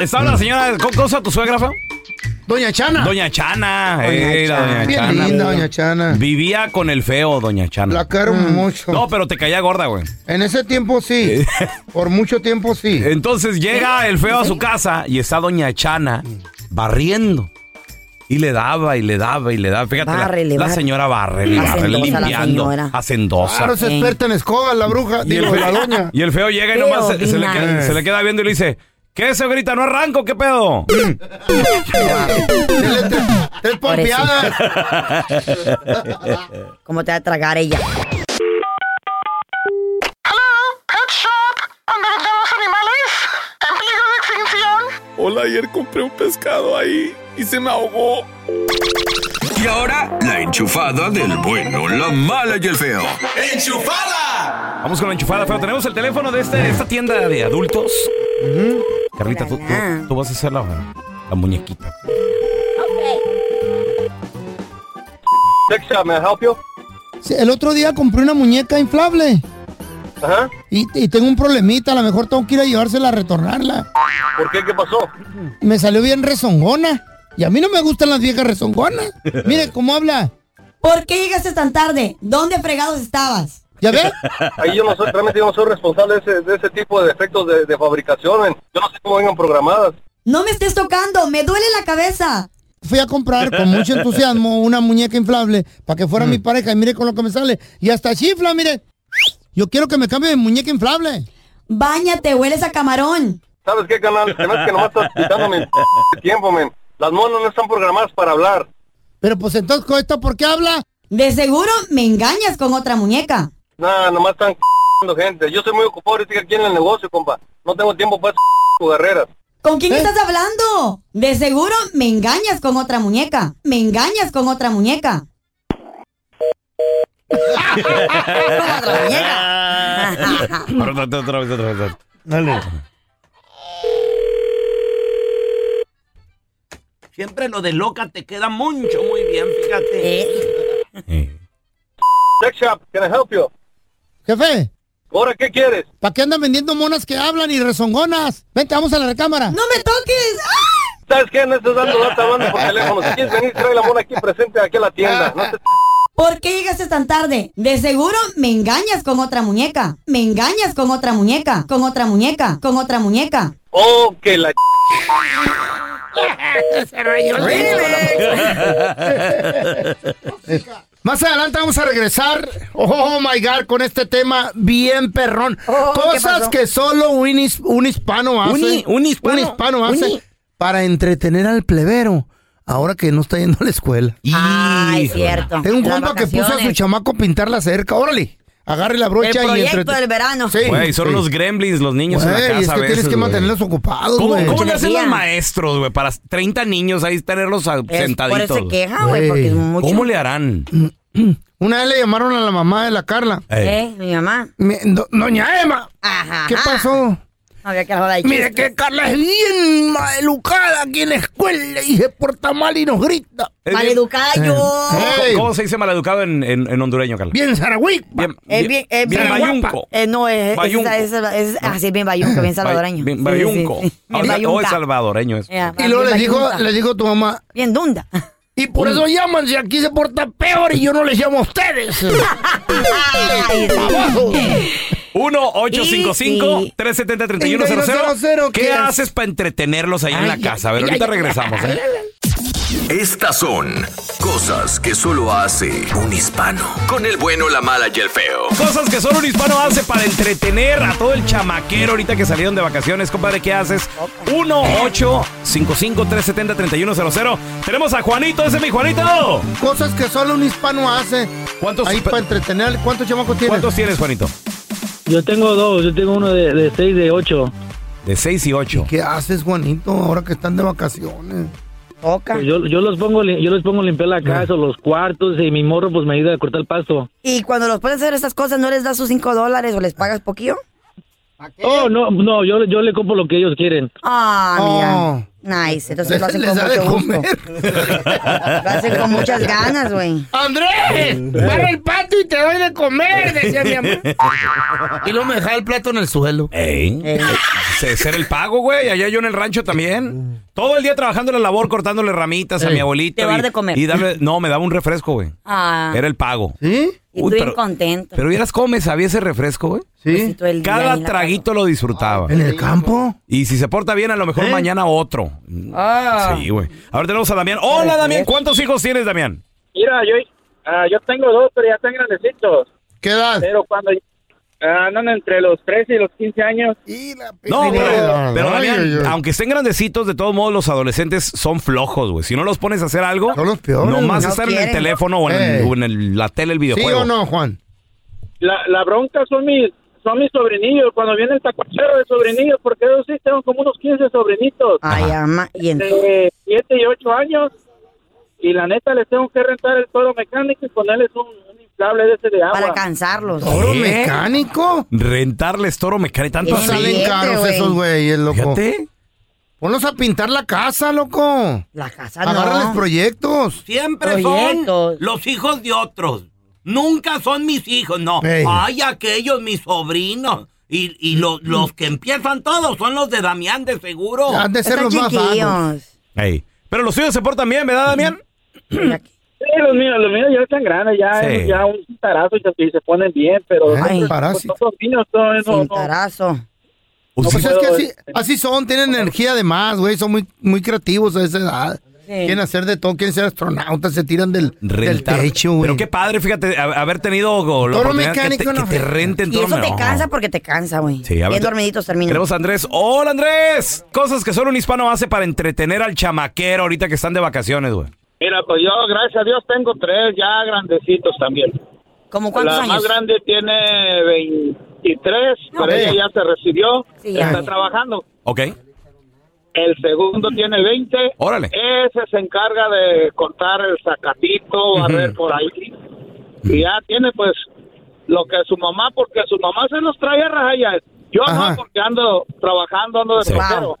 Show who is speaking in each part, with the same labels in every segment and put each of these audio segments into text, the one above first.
Speaker 1: ¿Está la señora? ¿Cómo cosa tu suegra, feo?
Speaker 2: Doña Chana.
Speaker 1: Doña Chana. eh, la Doña Chana.
Speaker 2: Bien linda, Doña Chana.
Speaker 1: Vivía con el feo, Doña Chana.
Speaker 3: La caro mucho.
Speaker 1: No, pero te caía gorda, güey.
Speaker 3: En ese tiempo sí. Por mucho tiempo sí.
Speaker 1: Entonces llega el feo a su casa y está Doña Chana barriendo. Y le daba y le daba y le daba. Fíjate, la-
Speaker 4: Bárrele,
Speaker 1: la,
Speaker 4: bárrele.
Speaker 1: señora barre, le barre,
Speaker 4: Hacendosa la
Speaker 1: limpiando,
Speaker 4: señora.
Speaker 1: hacendosa.
Speaker 3: Claro, es experta en escobas la bruja.
Speaker 1: Y el,
Speaker 3: Digo, la doña.
Speaker 1: feo, y el feo llega y
Speaker 4: Feo,
Speaker 1: nomás se,
Speaker 4: be
Speaker 1: se le queda,
Speaker 4: nice.
Speaker 1: se le queda viendo y le dice, ¿qué se grita? ¿No arranco? ¿Qué pedo?
Speaker 3: Dele tres- Tres pompeadas.
Speaker 4: ¿Cómo te va a tragar ella?
Speaker 5: Pet Shop, donde vendemos animales en peligro de extinción.
Speaker 6: Hola, ayer compré un pescado ahí y se me ahogó.
Speaker 7: Y ahora, la enchufada del bueno, la mala y el feo.
Speaker 1: Vamos con la enchufada, feo. Tenemos el teléfono de este- esta tienda de adultos. Carlita, tú, tú- tú vas a hacer la, la muñequita.
Speaker 2: Sí, El otro día compré una muñeca inflable.
Speaker 8: Ajá.
Speaker 2: Y, y tengo un problemita. A lo mejor tengo que ir a llevársela a retornarla.
Speaker 8: ¿Por qué? ¿Qué pasó?
Speaker 2: Me salió bien rezongona. Y a mí no me gustan las viejas rezongonas. Mire cómo habla.
Speaker 4: ¿Por qué llegaste tan tarde? ¿Dónde fregados estabas?
Speaker 2: ¿Ya ve?
Speaker 8: Ahí yo no soy, realmente yo no soy responsable de ese, de ese tipo de defectos de, de fabricación. men. Yo no sé cómo vengan programadas.
Speaker 4: No me estés tocando, me duele la cabeza.
Speaker 2: Fui a comprar con mucho entusiasmo una muñeca inflable para que
Speaker 8: Mm.
Speaker 2: fuera mi pareja. Y mire con lo que me sale. Y hasta chifla, mire. Yo quiero que me cambie de muñeca inflable.
Speaker 4: Báñate, hueles a camarón.
Speaker 8: ¿Sabes qué, canal? Se me hace que nomás estás quitando mi tiempo, men. Las monas no están programadas para hablar.
Speaker 2: Pero pues entonces, ¿con esto por qué habla?
Speaker 4: De seguro me engañas con otra muñeca.
Speaker 8: Nada, nomás están gente. Yo soy muy ocupado ahorita aquí en el negocio, compa. No tengo tiempo para esas carreras.
Speaker 4: ¿Con quién
Speaker 2: ¿Eh?
Speaker 4: estás hablando? De seguro me engañas con otra muñeca. Me engañas con otra muñeca. Con otra muñeca.
Speaker 1: Ahora, otra, otra vez, otra vez, otra vez.
Speaker 2: Dale.
Speaker 1: Siempre lo de loca te queda mucho, muy bien, fíjate.
Speaker 4: Eh,
Speaker 8: Sex Shop, can I help you?
Speaker 2: Jefe,
Speaker 8: ¿Ahora qué quieres?
Speaker 2: ¿para qué andan vendiendo monas que hablan y rezongonas? Vente, vamos a la recámara.
Speaker 4: ¡No me toques! ¡Ah!
Speaker 8: ¿Sabes qué? No estás dando data hablando por teléfono. Si quieres venir, trae la mona aquí presente, aquí a la tienda. No te
Speaker 4: ¿Por qué llegaste tan tarde? De seguro me engañas con otra muñeca. Me engañas con otra muñeca. Con otra muñeca. Con otra muñeca.
Speaker 8: Oh, que la...
Speaker 2: Más adelante vamos a regresar, oh my god, con este tema bien perrón.
Speaker 4: Oh, ¿qué
Speaker 2: Cosas
Speaker 4: pasó?
Speaker 2: que solo un, his- un hispano hace.
Speaker 1: Uni- un hispano.
Speaker 2: Un hispano hace
Speaker 1: Uni.
Speaker 2: para entretener al plebero ahora que no está yendo a la escuela.
Speaker 4: Ay, cierto.
Speaker 2: Tengo un
Speaker 4: Las
Speaker 2: compa que puso a su
Speaker 4: vacaciones.
Speaker 2: chamaco a pintar la cerca. Órale, agarre la brocha
Speaker 4: El
Speaker 2: y
Speaker 4: proyecto
Speaker 2: entrete-
Speaker 4: del verano.
Speaker 2: Sí,
Speaker 1: Güey, son
Speaker 2: sí.
Speaker 1: los gremlins, los niños en la
Speaker 2: Güey,
Speaker 1: casa
Speaker 2: es
Speaker 1: a
Speaker 2: que
Speaker 1: veces,
Speaker 2: tienes que
Speaker 1: güey.
Speaker 2: mantenerlos ocupados,
Speaker 1: ¿Cómo,
Speaker 2: güey.
Speaker 1: cómo le hacen los
Speaker 4: Energía.
Speaker 1: maestros, güey? Para 30 niños ahí tenerlos a-
Speaker 4: Es- Por
Speaker 1: sentaditos.
Speaker 4: eso se queja, güey, porque es
Speaker 2: Güey.
Speaker 4: mucho.
Speaker 1: ¿Cómo le harán?
Speaker 2: Una vez le llamaron a la mamá de la Carla.
Speaker 1: Ey.
Speaker 4: Eh, mi mamá.
Speaker 2: Me- do- Doña Emma,
Speaker 4: Ajá. Ah.
Speaker 2: ¿qué pasó?
Speaker 4: No había que hablar de
Speaker 2: Mire
Speaker 4: chistes.
Speaker 2: que Carla es bien maleducada aquí en la escuela y se porta mal y nos grita.
Speaker 1: Es bien- Eh.
Speaker 4: Maleducada yo.
Speaker 2: Ey,
Speaker 1: ¿Cómo se dice maleducado en, en, en hondureño, Carla?
Speaker 2: bien zaragüí.
Speaker 4: Es bien, es
Speaker 1: bien
Speaker 4: bien-
Speaker 1: bayunco.
Speaker 4: Eh, no, es, es,
Speaker 1: Bayunco.
Speaker 4: es, es- es- ah, sí, bien bayunco, bien salvadoreño.
Speaker 1: Bien
Speaker 4: Sí,
Speaker 1: bayunco.
Speaker 4: sí, sí. Bien
Speaker 1: Ahorita todo es
Speaker 4: bayunca.
Speaker 1: salvadoreño eso.
Speaker 4: Ya,
Speaker 2: Y luego
Speaker 4: bien
Speaker 2: les dijo,
Speaker 4: bayunca.
Speaker 2: les dijo tu mamá,
Speaker 4: Bien dunda.
Speaker 2: y por eso llaman si aquí se porta peor y yo no les llamo a ustedes.
Speaker 4: Ay,
Speaker 2: Babosos.
Speaker 1: 1-855-370-3100. ¿Qué haces para entretenerlos ahí en la
Speaker 7: Ay,
Speaker 1: casa? A ver,
Speaker 7: ay,
Speaker 1: ahorita
Speaker 7: ay,
Speaker 1: regresamos, ¿eh?
Speaker 7: Estas son cosas que solo hace un hispano. Con el bueno, la mala y el feo.
Speaker 1: Cosas que solo un hispano hace para entretener a todo el chamaquero ahorita que salieron de vacaciones, compadre, ¿qué haces? 1-855-370-3100. Tenemos a Juanito, ese es mi Juanito.
Speaker 2: Cosas que solo un hispano hace.
Speaker 1: ¿Cuántos
Speaker 2: Ahí para entretener, ¿cuántos chamacos tienes?
Speaker 1: ¿Cuántos tienes, Juanito?
Speaker 9: Yo tengo dos, yo tengo uno de, de seis, de ocho.
Speaker 1: De 6 y 8.
Speaker 2: ¿Qué haces, Juanito, ahora que están de vacaciones?
Speaker 9: Pues yo, yo los pongo, li- yo les pongo a limpiar la casa, los cuartos y mi morro pues me ayuda a cortar el pasto.
Speaker 4: Y cuando los puedes hacer estas cosas, ¿no les das sus 5 dólares o les pagas poquillo?
Speaker 9: Oh, no, no, yo, yo le compro lo que ellos quieren.
Speaker 2: Oh.
Speaker 4: Ah, mira. Nice. Entonces lo hacen
Speaker 9: Les
Speaker 4: con
Speaker 9: da de
Speaker 4: mucho gusto. Lo hacen con muchas ganas, güey.
Speaker 10: ¡Andrés! ¡Barra el pato y te doy de comer! Decía mi mamá.
Speaker 1: Y luego me dejaba el plato en el suelo. Ey. Se- Ser el pago, güey. Allá yo en el rancho
Speaker 2: Mm.
Speaker 1: también. Todo el día trabajando en la labor, cortándole ramitas a
Speaker 4: Ey.
Speaker 1: mi abuelito.
Speaker 4: Llevar
Speaker 1: y-
Speaker 4: de comer.
Speaker 1: Y darle, no, me daba un refresco, güey.
Speaker 4: Ah.
Speaker 1: Era el pago.
Speaker 4: Y
Speaker 1: Uy,
Speaker 4: tú bien
Speaker 1: pero-
Speaker 4: contento.
Speaker 1: Pero vieras cómo me sabía ese refresco, güey. Pues
Speaker 2: Sí.
Speaker 4: todo el día ahí
Speaker 1: Cada
Speaker 4: en la
Speaker 1: traguito lo disfrutaba. ¿En
Speaker 2: el campo?
Speaker 1: Y si se porta bien, a lo mejor
Speaker 4: ¿Eh?
Speaker 1: mañana otro.
Speaker 9: Ah.
Speaker 1: Sí, güey. Ahora tenemos a Damián. Hola, Damián. ¿Cuántos hijos tienes, Damián?
Speaker 11: Mira, yo, ah, yo tengo dos, pero ya están grandecitos.
Speaker 2: ¿Qué edad?
Speaker 11: Pero cuando ah, andan entre los 13 y los 15 años.
Speaker 1: No, pero, pero,
Speaker 11: Ay,
Speaker 1: Damián,
Speaker 11: ay, ay.
Speaker 1: aunque estén grandecitos, de todos modos los adolescentes son flojos, güey. Si no los pones a hacer algo, no los
Speaker 2: peores.
Speaker 1: nomás
Speaker 2: No
Speaker 1: estar en el
Speaker 2: quieren.
Speaker 1: teléfono o en, el-
Speaker 2: Ey.
Speaker 1: o en el- la tele, el
Speaker 2: ¿Sí
Speaker 1: videojuego.
Speaker 2: o no, Juan?
Speaker 11: La, la bronca son mis son mis sobrinillos. Cuando viene el tacuachero de sobrinillos, porque yo sí tengo como unos 15 sobrinitos.
Speaker 4: Ay, ama. Y
Speaker 11: De 7 y 8 años. Y la neta, les tengo que rentar el toro mecánico y ponerles un, un inflable de ese de agua.
Speaker 4: Para cansarlos.
Speaker 1: ¿Toro ¿Eh?
Speaker 2: mecánico?
Speaker 1: Rentarles toro mecánico. Tanto
Speaker 2: Pues salen caros esos güeyes, loco.
Speaker 1: Fíjate.
Speaker 2: Ponlos a pintar la casa, loco.
Speaker 4: La casa
Speaker 12: no.
Speaker 2: Agárrales proyectos.
Speaker 12: Siempre son los hijos de otros. Nunca son mis hijos, no.
Speaker 2: Ey. Mm.
Speaker 12: Hay aquellos, mis sobrinos. Y, y lo- los que empiezan todos son los de Damián, de seguro.
Speaker 2: Han de ser los más vagos.
Speaker 1: Ey. Pero los suyos se portan bien, ¿verdad, Damián?
Speaker 11: Sí, los míos, los míos ya están grandes, ya,
Speaker 1: Sí.
Speaker 11: ya un tarazo y se, y se ponen bien, pero...
Speaker 2: Ay,
Speaker 11: pues,
Speaker 2: Ah, parásito.
Speaker 11: son los niños, no, no, no.
Speaker 2: Pues
Speaker 11: No
Speaker 2: es que
Speaker 11: puedo,
Speaker 2: así, así son, tienen energía de más, güey. Son muy, muy creativos a esa edad. Quieren hacer de todo, quieren ser astronautas, se tiran del, del
Speaker 1: Rentar.
Speaker 2: techo, güey.
Speaker 1: Pero qué padre, fíjate, a- haber tenido go- la
Speaker 2: Toro
Speaker 1: oportunidad que
Speaker 2: mecánico,
Speaker 1: te, que
Speaker 2: no.
Speaker 1: te renten
Speaker 4: Y
Speaker 1: toro
Speaker 4: eso te
Speaker 1: mecánico.
Speaker 4: cansa pues, porque te cansa, güey.
Speaker 1: Sí, a ver,
Speaker 4: Bien
Speaker 1: te-
Speaker 4: dormiditos terminan.
Speaker 1: Tenemos a Andrés. ¡Hola, Andrés! Cosas que solo un hispano hace para entretener al chamaquero ahorita que están de vacaciones, güey.
Speaker 11: Mira, pues yo, gracias a Dios, tengo tres ya grandecitos también.
Speaker 4: ¿Cómo
Speaker 11: La
Speaker 4: cuántos
Speaker 11: más
Speaker 4: años?
Speaker 11: grande tiene 23,
Speaker 4: No,
Speaker 11: pero ella
Speaker 4: vea.
Speaker 11: ya se recibió,
Speaker 4: Sí, ya,
Speaker 11: está
Speaker 4: ya.
Speaker 11: trabajando.
Speaker 1: ¿Ok?
Speaker 11: El segundo tiene 20.
Speaker 1: Órale.
Speaker 11: Ese se encarga de cortar el sacatito, barrer por ahí. Y ya tiene, pues, lo que su mamá, porque su mamá se los trae a raya. Yo
Speaker 2: Ajá.
Speaker 11: no, porque ando trabajando, ando de
Speaker 2: Sí.
Speaker 11: portero.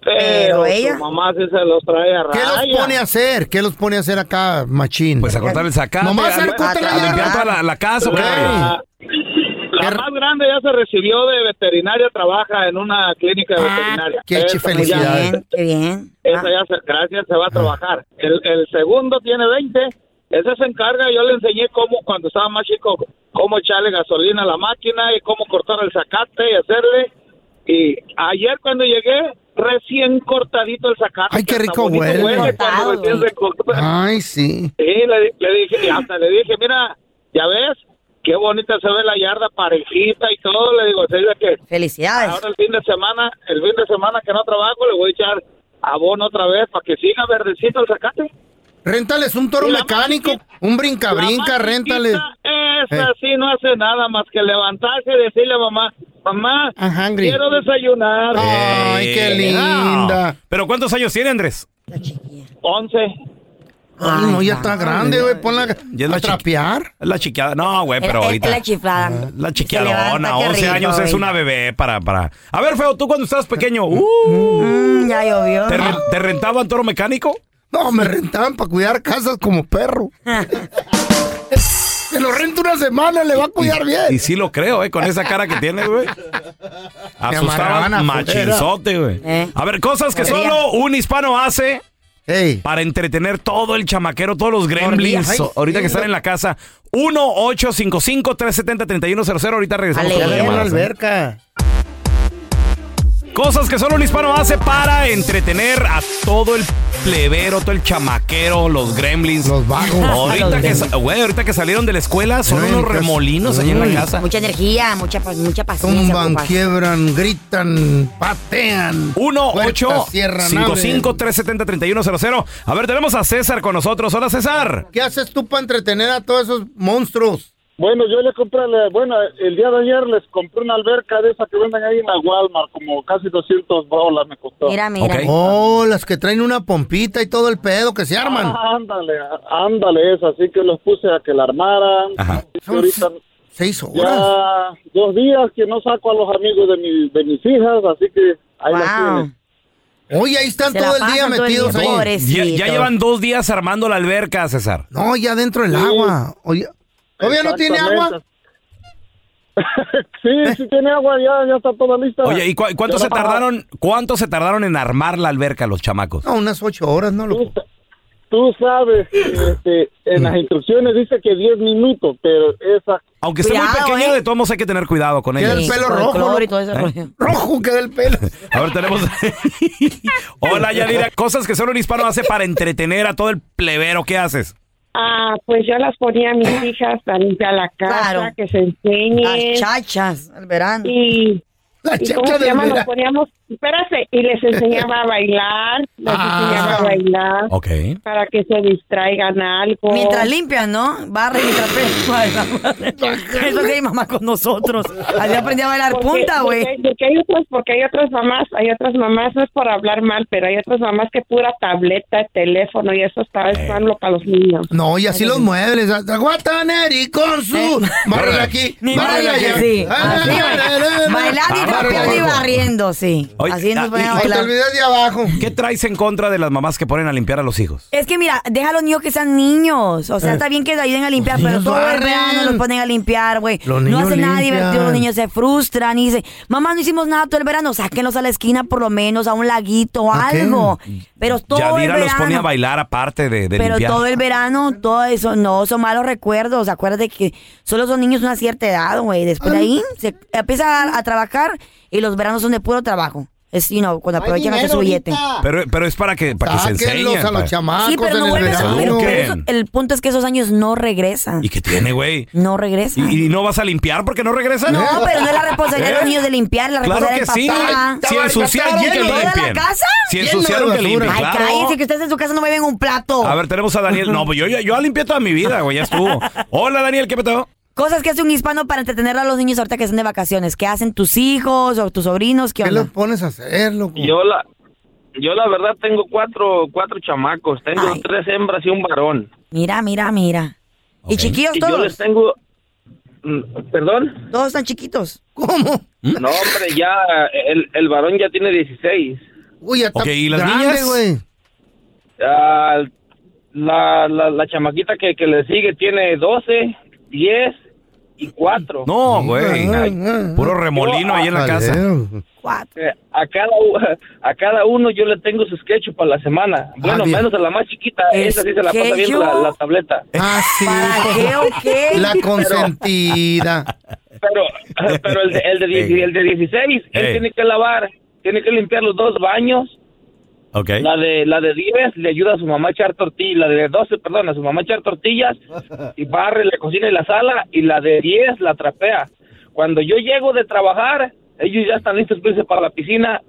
Speaker 11: Pero,
Speaker 2: Pero ella-
Speaker 11: su mamá sí se los trae a
Speaker 2: ¿Qué
Speaker 11: raya.
Speaker 2: los pone a hacer? ¿Qué los pone a hacer acá, machín? Pues
Speaker 1: a cortar el sacate,
Speaker 2: Nomás
Speaker 1: a-
Speaker 2: a, cortar
Speaker 1: a limpiar toda la- la casa, ¿o qué
Speaker 11: La, la más grande ya se recibió de veterinaria, trabaja en una clínica veterinaria.
Speaker 2: Ah, qué
Speaker 11: Esa
Speaker 2: chi-
Speaker 11: ya-
Speaker 2: felicidades. Qué bien,
Speaker 4: qué bien.
Speaker 11: Esa ya, se- gracias, se va
Speaker 2: Ah.
Speaker 11: a trabajar. El, el segundo tiene 20, ese se encarga, yo le enseñé cómo, cuando estaba más chico, cómo echarle gasolina a la máquina y cómo cortar el zacate y hacerle. Y ayer cuando llegué, recién cortadito el zacate.
Speaker 2: Ay, qué
Speaker 11: Está
Speaker 2: rico
Speaker 11: bonito,
Speaker 2: huele.
Speaker 11: cuando recién se corta.
Speaker 2: Ay, sí.
Speaker 11: Sí, le, di- le dije, y hasta le dije, mira, ya ves, qué bonita se ve la yarda parejita y todo. Le digo, "Así de que
Speaker 4: Felicidades.
Speaker 11: Ahora el fin de semana, el fin de semana que no trabajo, le voy a echar abono otra vez para que siga verdecito el sacate.
Speaker 2: Réntales un toro mecánico, un brinca-brinca, réntales. Eh.
Speaker 11: Esa sí no hace nada más que levantarse y decirle a mamá, mamá,
Speaker 2: hungry.
Speaker 11: quiero desayunar.
Speaker 2: Ay, qué
Speaker 1: linda. Ah. ¿Pero cuántos años tiene, Andrés?
Speaker 11: Once.
Speaker 2: Ay, no, ya está grande, güey. Ponla
Speaker 1: es
Speaker 2: a trapear.
Speaker 1: La chiqueada. No, güey,
Speaker 4: Es-
Speaker 1: pero
Speaker 4: es
Speaker 1: ahorita.
Speaker 4: la chiflada.
Speaker 1: Ah, La
Speaker 4: Se levanta,
Speaker 1: chiqueadona,
Speaker 4: qué
Speaker 1: 11
Speaker 4: rico,
Speaker 1: años es
Speaker 4: güey.
Speaker 1: una bebé para, para. A ver, feo, tú cuando estabas pequeño, uh,
Speaker 4: Mm, ya llovió.
Speaker 1: ¿te, re- te rentaban toro mecánico?
Speaker 2: No, me rentaban para cuidar casas como perro. Se lo rento una semana, le va a cuidar bien.
Speaker 1: Y sí lo creo, eh, con esa cara que tiene, güey.
Speaker 2: amarraban
Speaker 1: Asustaban
Speaker 2: afuera.
Speaker 1: machinzote, güey.
Speaker 2: Eh.
Speaker 1: A ver, cosas que
Speaker 2: Podría.
Speaker 1: solo un hispano hace para entretener todo el chamaquero, todos los gremlins,
Speaker 2: Mordías, ay.
Speaker 1: ahorita que están en la casa. 1-855-370-3100. Ahorita regresamos
Speaker 2: Ale.
Speaker 1: con
Speaker 2: Ya ve
Speaker 1: las
Speaker 2: la
Speaker 1: llamadas, ¿eh?
Speaker 2: alberca.
Speaker 1: Cosas que solo un hispano hace para entretener a todo el plebero, todo el chamaquero, los gremlins. Los
Speaker 2: vagos.
Speaker 1: Ahorita,
Speaker 2: Los
Speaker 1: que,
Speaker 2: gremlins.
Speaker 1: sa- güey, ahorita que salieron de la escuela, son unos remolinos ahí en la casa.
Speaker 4: Mucha energía, mucha, pa- mucha paciencia.
Speaker 2: Tumban,
Speaker 4: compas.
Speaker 2: quiebran, gritan, patean.
Speaker 1: 1
Speaker 2: puertas,
Speaker 1: 8
Speaker 2: cierran,
Speaker 1: 55 370 3100 A ver, tenemos a César con nosotros. Hola, César.
Speaker 2: ¿Qué haces tú para entretener a todos esos monstruos?
Speaker 13: Bueno, yo le compré, la- bueno, el día de ayer les compré una alberca de esa que venden ahí en la Walmart, como casi 200 bolas me costó.
Speaker 2: Oh, las que traen una pompita y todo el pedo que se arman.
Speaker 13: Ah, ándale, ándale esa, así que los puse a que la armaran. Así que ahorita
Speaker 2: Seis
Speaker 13: ya dos días que no saco a los amigos de, mi- de mis hijas, así que ahí las tienen.
Speaker 2: Oye, ahí están
Speaker 13: Se la
Speaker 2: todo el
Speaker 13: pasan
Speaker 2: día
Speaker 13: todo el
Speaker 2: metidos
Speaker 13: día,
Speaker 2: ahí.
Speaker 1: Ya, ya llevan dos días armando la alberca, César.
Speaker 2: No, ya dentro del
Speaker 1: Sí.
Speaker 2: agua. Oye, ¿Todavía no tiene agua?
Speaker 13: sí, sí tiene agua, ya, ya está toda lista.
Speaker 1: Oye, ¿y cu- cuánto
Speaker 13: Ya la
Speaker 1: se
Speaker 13: pagaron.
Speaker 1: tardaron? ¿Cuánto se tardaron en armar la alberca los chamacos?
Speaker 2: No, unas ocho horas, ¿no? Loco? Mm.
Speaker 13: Tú sabes, este, en las instrucciones dice que 10 minutos, pero esa...
Speaker 1: Aunque esté muy pequeña,
Speaker 4: ¿eh?
Speaker 1: de todos modos hay que tener cuidado con ella.
Speaker 13: Tiene el pelo Con el rojo, color ¿no? y todo ese
Speaker 1: ¿Eh?
Speaker 2: Rojo queda el pelo.
Speaker 1: A ver, tenemos. Hola, Yadira. Cosas que solo un hispano hace para entretener a todo el plebero. ¿Qué haces?
Speaker 14: Ah, pues yo las ponía a mis hijas a limpiar la casa,
Speaker 4: Claro.
Speaker 14: que se enseñen.
Speaker 4: Las chachas, el verano.
Speaker 14: Y,
Speaker 4: La
Speaker 14: y
Speaker 4: chacha
Speaker 14: ¿cómo se
Speaker 4: del
Speaker 14: llama?
Speaker 4: verano.
Speaker 14: Nos poníamos, espérate, y les enseñaba a bailar, les
Speaker 4: Ah.
Speaker 14: enseñaba a bailar.
Speaker 1: Ok.
Speaker 14: Para que se distraigan algo.
Speaker 4: Mientras limpian, ¿no? Barre mientras pre- Es lo que hay mamá con nosotros. Así aprendí a bailar
Speaker 14: Porque-
Speaker 4: punta, güey.
Speaker 14: Porque, porque hay otras, porque hay otras mamás, hay otras mamás, no es por hablar mal, pero hay otras mamás que pura tableta, teléfono y eso está es
Speaker 1: Eh.
Speaker 14: malo para los niños.
Speaker 2: No, y así los muebles. hasta Guataneri con su. Bárrele aquí.
Speaker 4: Ni
Speaker 2: bárrele
Speaker 4: nadie,
Speaker 2: allá.
Speaker 4: sí.
Speaker 2: Ah,
Speaker 4: Así,
Speaker 2: ah,
Speaker 4: Bailando y
Speaker 2: ah,
Speaker 4: trapeando y
Speaker 2: bárrele.
Speaker 4: barriendo, sí.
Speaker 1: Oye,
Speaker 4: Así nos
Speaker 1: ah,
Speaker 4: ponen a
Speaker 1: y-
Speaker 4: bailar.
Speaker 2: de abajo.
Speaker 1: ¿Qué traes en contra de las mamás que ponen a limpiar a los hijos?
Speaker 4: Es que mira, deja a los niños que sean niños. O sea,
Speaker 1: Eh.
Speaker 4: está bien que te ayuden a limpiar, pero
Speaker 1: niños
Speaker 4: todo el
Speaker 1: barren.
Speaker 4: verano los ponen a limpiar, güey.
Speaker 1: Los
Speaker 4: No
Speaker 1: niños
Speaker 4: hacen nada
Speaker 1: limpian.
Speaker 4: divertido, los niños se frustran y dicen, mamá, no hicimos nada todo el verano, sáquenlos a la esquina por lo menos, a un laguito o
Speaker 1: qué?
Speaker 4: algo. Pero todo el
Speaker 1: Yadira
Speaker 4: verano.
Speaker 1: los pone a bailar aparte de, de
Speaker 4: Pero
Speaker 1: limpiar.
Speaker 4: todo el verano, todo eso, no, son malos recuerdos. Acuérdate que solo son niños de una cierta edad, güey. Después de ahí se empieza a, a trabajar y los veranos son de puro trabajo. Es, you know, cuando aprovechan hacer su billete.
Speaker 1: Pero, pero es para que, para que se enseñen.
Speaker 2: Ah. Sáquenlos a los
Speaker 1: para-
Speaker 2: chamacos
Speaker 4: Sí, pero no vuelves a pero-
Speaker 1: ¿Cómo
Speaker 4: pero
Speaker 1: que?
Speaker 4: eso- El punto es que esos años no regresan.
Speaker 1: ¿Y qué tiene, güey?
Speaker 4: No regresa.
Speaker 1: ¿Y, y no vas a limpiar porque no regresa?
Speaker 4: No, pero no es la responsabilidad de los niños de limpiar, la
Speaker 1: ¿Eh? Claro
Speaker 4: responsabilidad
Speaker 1: que sí.
Speaker 4: del papá.
Speaker 1: Si ensuciaron, que
Speaker 4: ¿Toda la
Speaker 1: limpien.
Speaker 4: casa?
Speaker 1: Si ensuciaron, que limpien,
Speaker 4: Ay,
Speaker 1: claro.
Speaker 4: cállese, que ustedes en su casa no beben un plato.
Speaker 1: A ver, tenemos a Daniel. No, pues yo, yo, yo limpié toda mi vida, güey, ya estuvo. Hola, Daniel, ¿qué peteo?
Speaker 4: Cosas que hace un hispano para entretener a los niños ahorita que están de vacaciones. ¿Qué hacen tus hijos o tus sobrinos? ¿Qué, onda?
Speaker 2: pones a hacer, loco?
Speaker 5: Yo la, yo la verdad tengo cuatro, cuatro chamacos. Tengo tres hembras y un varón.
Speaker 4: Mira, mira, mira. ¿Y chiquillos
Speaker 5: Y yo
Speaker 4: todos?
Speaker 5: les tengo... Mm, ¿Perdón?
Speaker 4: Todos están chiquitos. ¿Cómo?
Speaker 1: ¿Mm?
Speaker 5: No, hombre, ya... El, el varón ya tiene 16.
Speaker 2: Uy, ya está
Speaker 5: Ok, ¿y las
Speaker 2: grande,
Speaker 5: niñas?
Speaker 2: güey.
Speaker 5: Ah, la, la, la chamaquita que, que le sigue tiene 12, 10 y 4.
Speaker 1: No, güey. Puro remolino ahí en la casa.
Speaker 5: Eh, A cada, u- a cada uno yo le tengo su sketch para la semana. Bueno,
Speaker 2: Ah, bien.
Speaker 5: menos a la más chiquita. Esa sí se la pasa
Speaker 2: ¿Sketchup?
Speaker 5: bien la, la tableta.
Speaker 2: Ah, sí. La consentida.
Speaker 5: Pero, pero el, de, el, de, die- el de 16, él
Speaker 2: Ey.
Speaker 5: tiene que lavar, tiene que limpiar los dos baños.
Speaker 1: Ok.
Speaker 5: La de la de 10 le ayuda a su mamá a echar tortillas, la de 12, perdón, a su mamá a echar tortillas y barre la cocina y la sala y la de 10 la trapea. Cuando yo llego de trabajar, ellos ya están listos para irse para la piscina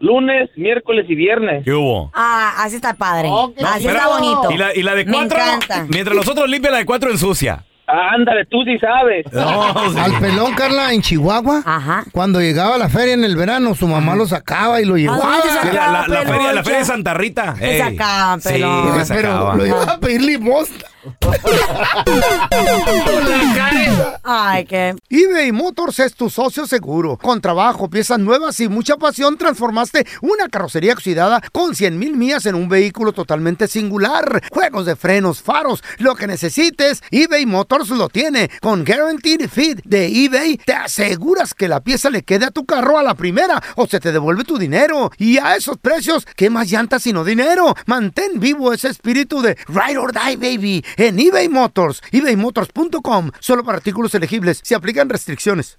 Speaker 5: lunes, miércoles y viernes.
Speaker 1: ¿Qué hubo?
Speaker 4: Ah, así está padre. así
Speaker 1: Espera,
Speaker 4: está bonito.
Speaker 1: Y la, y la de
Speaker 4: Me
Speaker 1: cuatro,
Speaker 4: encanta.
Speaker 1: mientras los otros limpian, la de cuatro ensucia.
Speaker 5: Ándale, tú sí sabes.
Speaker 2: Al pelón, Carla, en Chihuahua, cuando llegaba a la feria en el verano, su mamá lo sacaba y lo llevaba.
Speaker 1: Ah, la, la- la feria, la feria de Santa Rita.
Speaker 2: Te
Speaker 1: Ey.
Speaker 2: sacaban,
Speaker 1: Sí,
Speaker 2: pelón. Pero
Speaker 1: me sacaban.
Speaker 2: lo iba a pedir limosna.
Speaker 4: Ay, qué.
Speaker 2: eBay Motors es tu socio seguro. Con trabajo, piezas nuevas y mucha pasión, transformaste una carrocería oxidada con 100 mil millas en un vehículo totalmente singular. Juegos de frenos, faros, lo que necesites, eBay Motors lo tiene. Con Guaranteed Fit de eBay, te aseguras que la pieza le quede a tu carro a la primera o se te devuelve tu dinero. Y a esos precios, ¿qué más llantas sino dinero? Mantén vivo ese espíritu de Ride or Die, baby, en eBay Motors. ebaymotors.com, solo para artículos elegibles. Se aplican restricciones.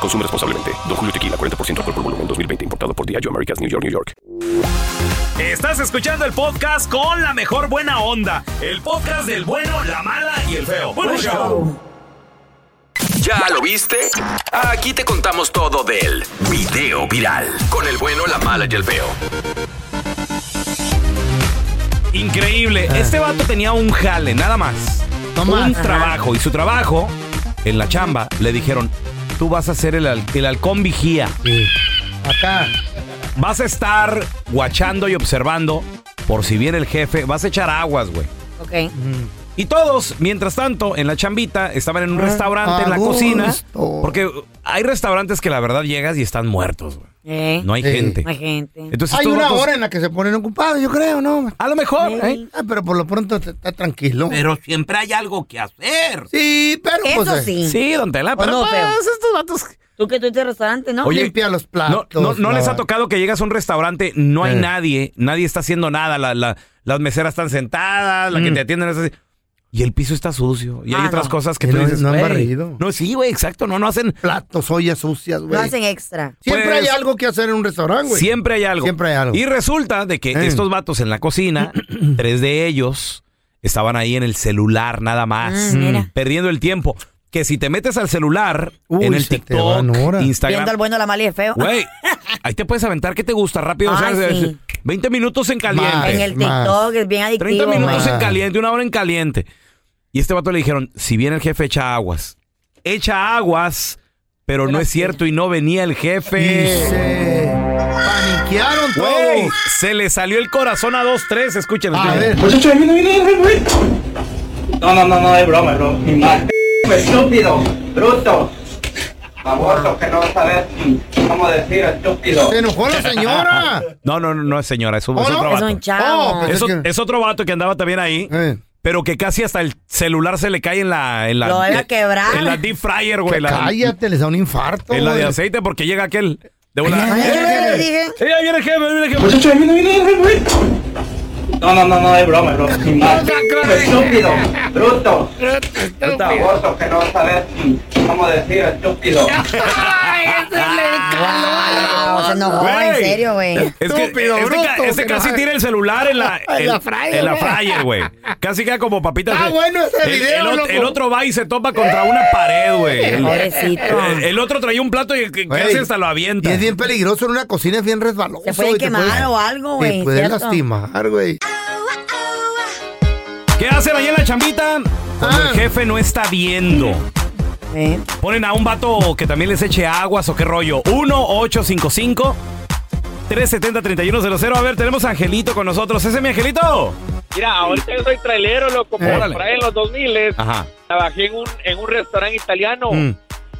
Speaker 15: Consume responsablemente. Don Julio Tequila, 40% alcohol por volumen, 2020. Importado por Diageo Americas, New York, New York.
Speaker 1: Estás escuchando el podcast con la mejor buena onda. El podcast del bueno, la mala y el feo. Bueno, show.
Speaker 7: ¿Ya lo viste? Aquí te contamos todo del video viral. Con el bueno, la mala y el feo.
Speaker 1: Increíble. Este vato tenía un jale, nada más. Un trabajo. Y su trabajo, en la chamba, le dijeron, tú vas a ser el, hal- el halcón vigía. Acá. Vas a estar guachando y observando por si viene el jefe. Vas a echar aguas, güey.
Speaker 4: Ok.
Speaker 1: Y todos, mientras tanto, en la chambita, estaban en un
Speaker 4: Ah,
Speaker 1: restaurante, en la
Speaker 4: a
Speaker 1: cocina.
Speaker 4: gusto.
Speaker 1: Porque hay restaurantes que la verdad llegas y están muertos, güey.
Speaker 4: Eh.
Speaker 1: No hay gente.
Speaker 4: No hay gente.
Speaker 1: Entonces,
Speaker 2: Hay
Speaker 1: estos
Speaker 2: una
Speaker 1: vatos-
Speaker 2: hora en la que se ponen ocupados, yo creo, ¿no?
Speaker 1: A lo mejor,
Speaker 12: ¿eh?
Speaker 2: Ah, pero por lo pronto está está tranquilo.
Speaker 12: Pero siempre hay algo que hacer.
Speaker 2: Sí, pero
Speaker 4: Eso pues, eh. sí. Sí, don Tela, pero,
Speaker 12: no,
Speaker 4: pues,
Speaker 12: feo.
Speaker 2: estos vatos.
Speaker 4: Tú que tuviste restaurante, ¿no?
Speaker 1: No, no- no les ha tocado que llegas a un restaurante, no
Speaker 2: Eh.
Speaker 1: hay nadie, nadie está haciendo nada, la- la- las meseras están sentadas,
Speaker 2: Mm.
Speaker 1: la que te atienden es así. Y el piso está sucio. Y hay
Speaker 4: Ah,
Speaker 1: otras
Speaker 4: no.
Speaker 1: cosas que
Speaker 2: Y
Speaker 1: tú
Speaker 2: no-
Speaker 1: dices,
Speaker 2: no han
Speaker 1: "Güey,
Speaker 2: barrido".
Speaker 1: No, sí, güey, exacto. No, no hacen
Speaker 2: platos, ollas sucias,
Speaker 4: Lo
Speaker 2: güey.
Speaker 4: hacen extra.
Speaker 2: Siempre
Speaker 1: Pues-
Speaker 2: hay algo que hacer en un restaurante, güey.
Speaker 1: Siempre hay algo.
Speaker 2: Siempre hay algo.
Speaker 1: Y resulta de que
Speaker 2: Eh.
Speaker 1: estos vatos en la cocina, tres de ellos estaban ahí en el celular nada más,
Speaker 4: Mm, mira.
Speaker 1: perdiendo el tiempo. Que si te metes al celular,
Speaker 2: Uy,
Speaker 1: en el
Speaker 2: se te
Speaker 1: TikTok,
Speaker 2: van horas.
Speaker 4: Viendo
Speaker 1: Instagram,
Speaker 4: al bueno, la mala y el feo.
Speaker 1: Güey, ahí te puedes aventar que te gusta rápido. o sea,
Speaker 4: Ay,
Speaker 1: es-
Speaker 4: sí.
Speaker 1: 20 minutos en caliente.
Speaker 4: en el TikTok es bien adictivo.
Speaker 1: 30 minutos
Speaker 4: güey.
Speaker 1: en caliente, una hora en caliente. Y este vato le dijeron, si viene el jefe, echa aguas. Echa aguas, pero no es cierto y no venía el jefe.
Speaker 2: Eh, Paniquearon todo.
Speaker 1: Güey, se le salió el corazón a dos, tres, escuchen. escuchen.
Speaker 8: Muchacho, viene, viene, viene, viene. No, no, no, no, es broma, es broma. Mi madre. Estúpido, bruto. Aborto, que no sabes cómo decir, estúpido.
Speaker 2: Se enojó la señora.
Speaker 1: No, no, no, no es señora, es, un-
Speaker 2: ¿Oh,
Speaker 1: es
Speaker 2: no?
Speaker 1: otro
Speaker 2: Es
Speaker 1: vato.
Speaker 2: un chavo. Oh, pensé
Speaker 1: es, o-
Speaker 2: que-
Speaker 1: es otro vato que andaba también ahí, pero que casi hasta el celular se le cae en la... En la
Speaker 4: Lo van a quebrar.
Speaker 1: En la deep fryer, güey.
Speaker 2: Que
Speaker 1: la-
Speaker 2: cállate, les da un infarto.
Speaker 1: En la de
Speaker 2: güey.
Speaker 1: aceite porque llega aquel de una.
Speaker 2: Ahí viene, ahí viene,
Speaker 1: Eh, ahí viene el jefe, ahí viene el jefe.
Speaker 8: Muchacho, viene, viene, viene, viene. No, no, no, no, es broma, es broma. Mi madre. Estúpido, bruto. Aborto, que no sabes cómo decir, estúpido.
Speaker 4: Wow, se enojó, en
Speaker 1: Güey.
Speaker 4: serio, güey.
Speaker 1: Es que este, ca-
Speaker 4: bruto,
Speaker 1: este
Speaker 4: que
Speaker 1: casi
Speaker 4: no-
Speaker 1: tira el celular en la,
Speaker 4: En la
Speaker 1: en-
Speaker 4: fryer,
Speaker 1: en la
Speaker 4: güey.
Speaker 1: fryer, güey. Casi queda como papita.
Speaker 2: Está Ah, bueno ese
Speaker 1: el,
Speaker 2: video,
Speaker 1: el ot-
Speaker 2: loco.
Speaker 1: el otro va y se topa contra una pared, güey. El,
Speaker 2: Pobrecito.
Speaker 1: el- el otro traía un plato y el que
Speaker 2: Güey.
Speaker 1: casi hasta lo avienta.
Speaker 2: Y es bien peligroso en una cocina, es bien resbaloso.
Speaker 4: Se puede
Speaker 2: güey, te
Speaker 4: quemar
Speaker 2: puedes-
Speaker 4: o algo, güey,
Speaker 2: Te puede
Speaker 4: ¿cierto?
Speaker 2: lastimar, güey.
Speaker 1: ¿Qué hacen ahí en la chambita? Cuando
Speaker 2: Ah.
Speaker 1: el jefe no está viendo. Ponen a un vato que también les eche aguas o qué rollo. 1-855. 370-3100. A ver, tenemos a Angelito con nosotros. ¿Ese es mi Angelito?
Speaker 16: Mira, ahorita yo soy trailero, loco, por,
Speaker 1: Órale.
Speaker 16: por ahí en los 2000
Speaker 1: Ajá.
Speaker 16: trabajé en un, en un restaurante italiano
Speaker 1: Mm.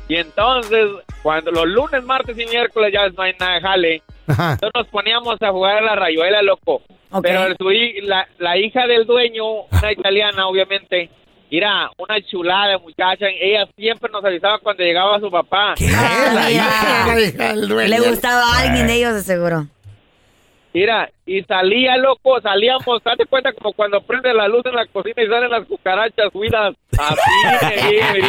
Speaker 16: y entonces cuando los lunes, martes y miércoles ya ves, no hay nada de jale,
Speaker 1: Ah.
Speaker 16: entonces nos poníamos a jugar a la
Speaker 1: Ah.
Speaker 16: rayuela, loco. Pero el- su hi- la, la hija del dueño, una italiana, obviamente, Mira, una chulada de muchacha. Ella siempre nos avisaba cuando llegaba su papá.
Speaker 4: Le gustaba a alguien de ellos, de seguro.
Speaker 16: Mira, y salía, loco, salíamos. Date cuenta como cuando prende la luz en la cocina y salen las cucarachas huidas. Así, mire, mire,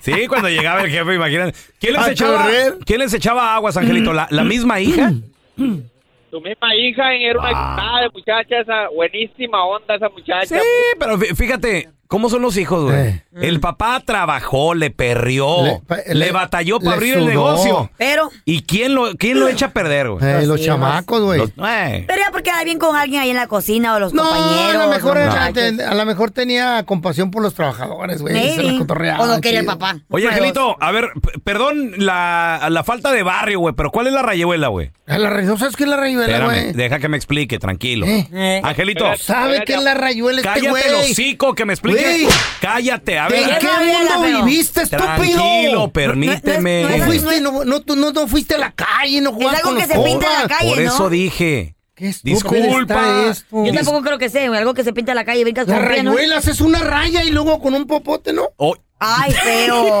Speaker 17: Sí, cuando llegaba el jefe, imagínate. ¿Quién les,
Speaker 16: A
Speaker 17: echaba,
Speaker 16: correr.
Speaker 17: ¿Quién les echaba aguas, Angelito? ¿La,
Speaker 2: Mm.
Speaker 17: la misma hija?
Speaker 16: Tu misma hija era una chulada de muchacha, esa buenísima onda esa muchacha.
Speaker 17: Sí, pero fí- fíjate, ¿cómo son los hijos, güey?
Speaker 2: Eh.
Speaker 17: El papá trabajó, le perrió, le, batalló para
Speaker 2: le
Speaker 17: abrir el
Speaker 2: sudó.
Speaker 17: negocio.
Speaker 4: Pero.
Speaker 17: ¿Y quién lo, quién lo echa a perder,
Speaker 4: Pues,
Speaker 17: güey?
Speaker 2: Eh, los chamacos, güey.
Speaker 17: Los- eh.
Speaker 4: Pero ya porque quedar bien con alguien ahí en la cocina o los compañeros.
Speaker 2: a lo mejor,
Speaker 4: los
Speaker 2: era-
Speaker 4: muchachos.
Speaker 2: ten- a lo mejor tenía compasión por los trabajadores, güey. Se
Speaker 4: Maybe.
Speaker 2: la cotorreaba.
Speaker 4: O no quería el
Speaker 2: chido.
Speaker 4: papá.
Speaker 17: Oye, Angelito, a ver, p- perdón la, la falta de barrio, güey, pero ¿cuál es la rayuela, güey?
Speaker 2: A la rayuela, ¿sabes qué es la rayuela,
Speaker 17: Espérame,
Speaker 2: güey? Eh.
Speaker 17: deja que me explique, tranquilo.
Speaker 4: Eh.
Speaker 17: Angelito,
Speaker 2: ¿Sabe qué es la rayuela este
Speaker 17: Cállate
Speaker 2: güey?
Speaker 17: el hocico, que me explique.
Speaker 2: Güey.
Speaker 17: Cállate, a
Speaker 2: ¿De
Speaker 17: ver.
Speaker 2: qué mundo viviste, estúpido?
Speaker 17: Tranquilo, permíteme.
Speaker 2: No, fuiste, no, no, tú no, no fuiste a la calle, no jugaste
Speaker 4: algo
Speaker 2: con
Speaker 4: que
Speaker 2: los
Speaker 4: se pinta en la
Speaker 2: compas.
Speaker 4: calle,
Speaker 17: Por
Speaker 4: ¿no?
Speaker 17: eso dije.
Speaker 2: estúpido
Speaker 17: Disculpa.
Speaker 2: está esto.
Speaker 4: Yo tampoco creo que sea, güey, algo que se pinta en la calle y brincas
Speaker 2: Las
Speaker 4: con piernas.
Speaker 2: rayuelas es una raya y luego con un popote, ¿no?
Speaker 17: Oh.
Speaker 4: Ay, feo.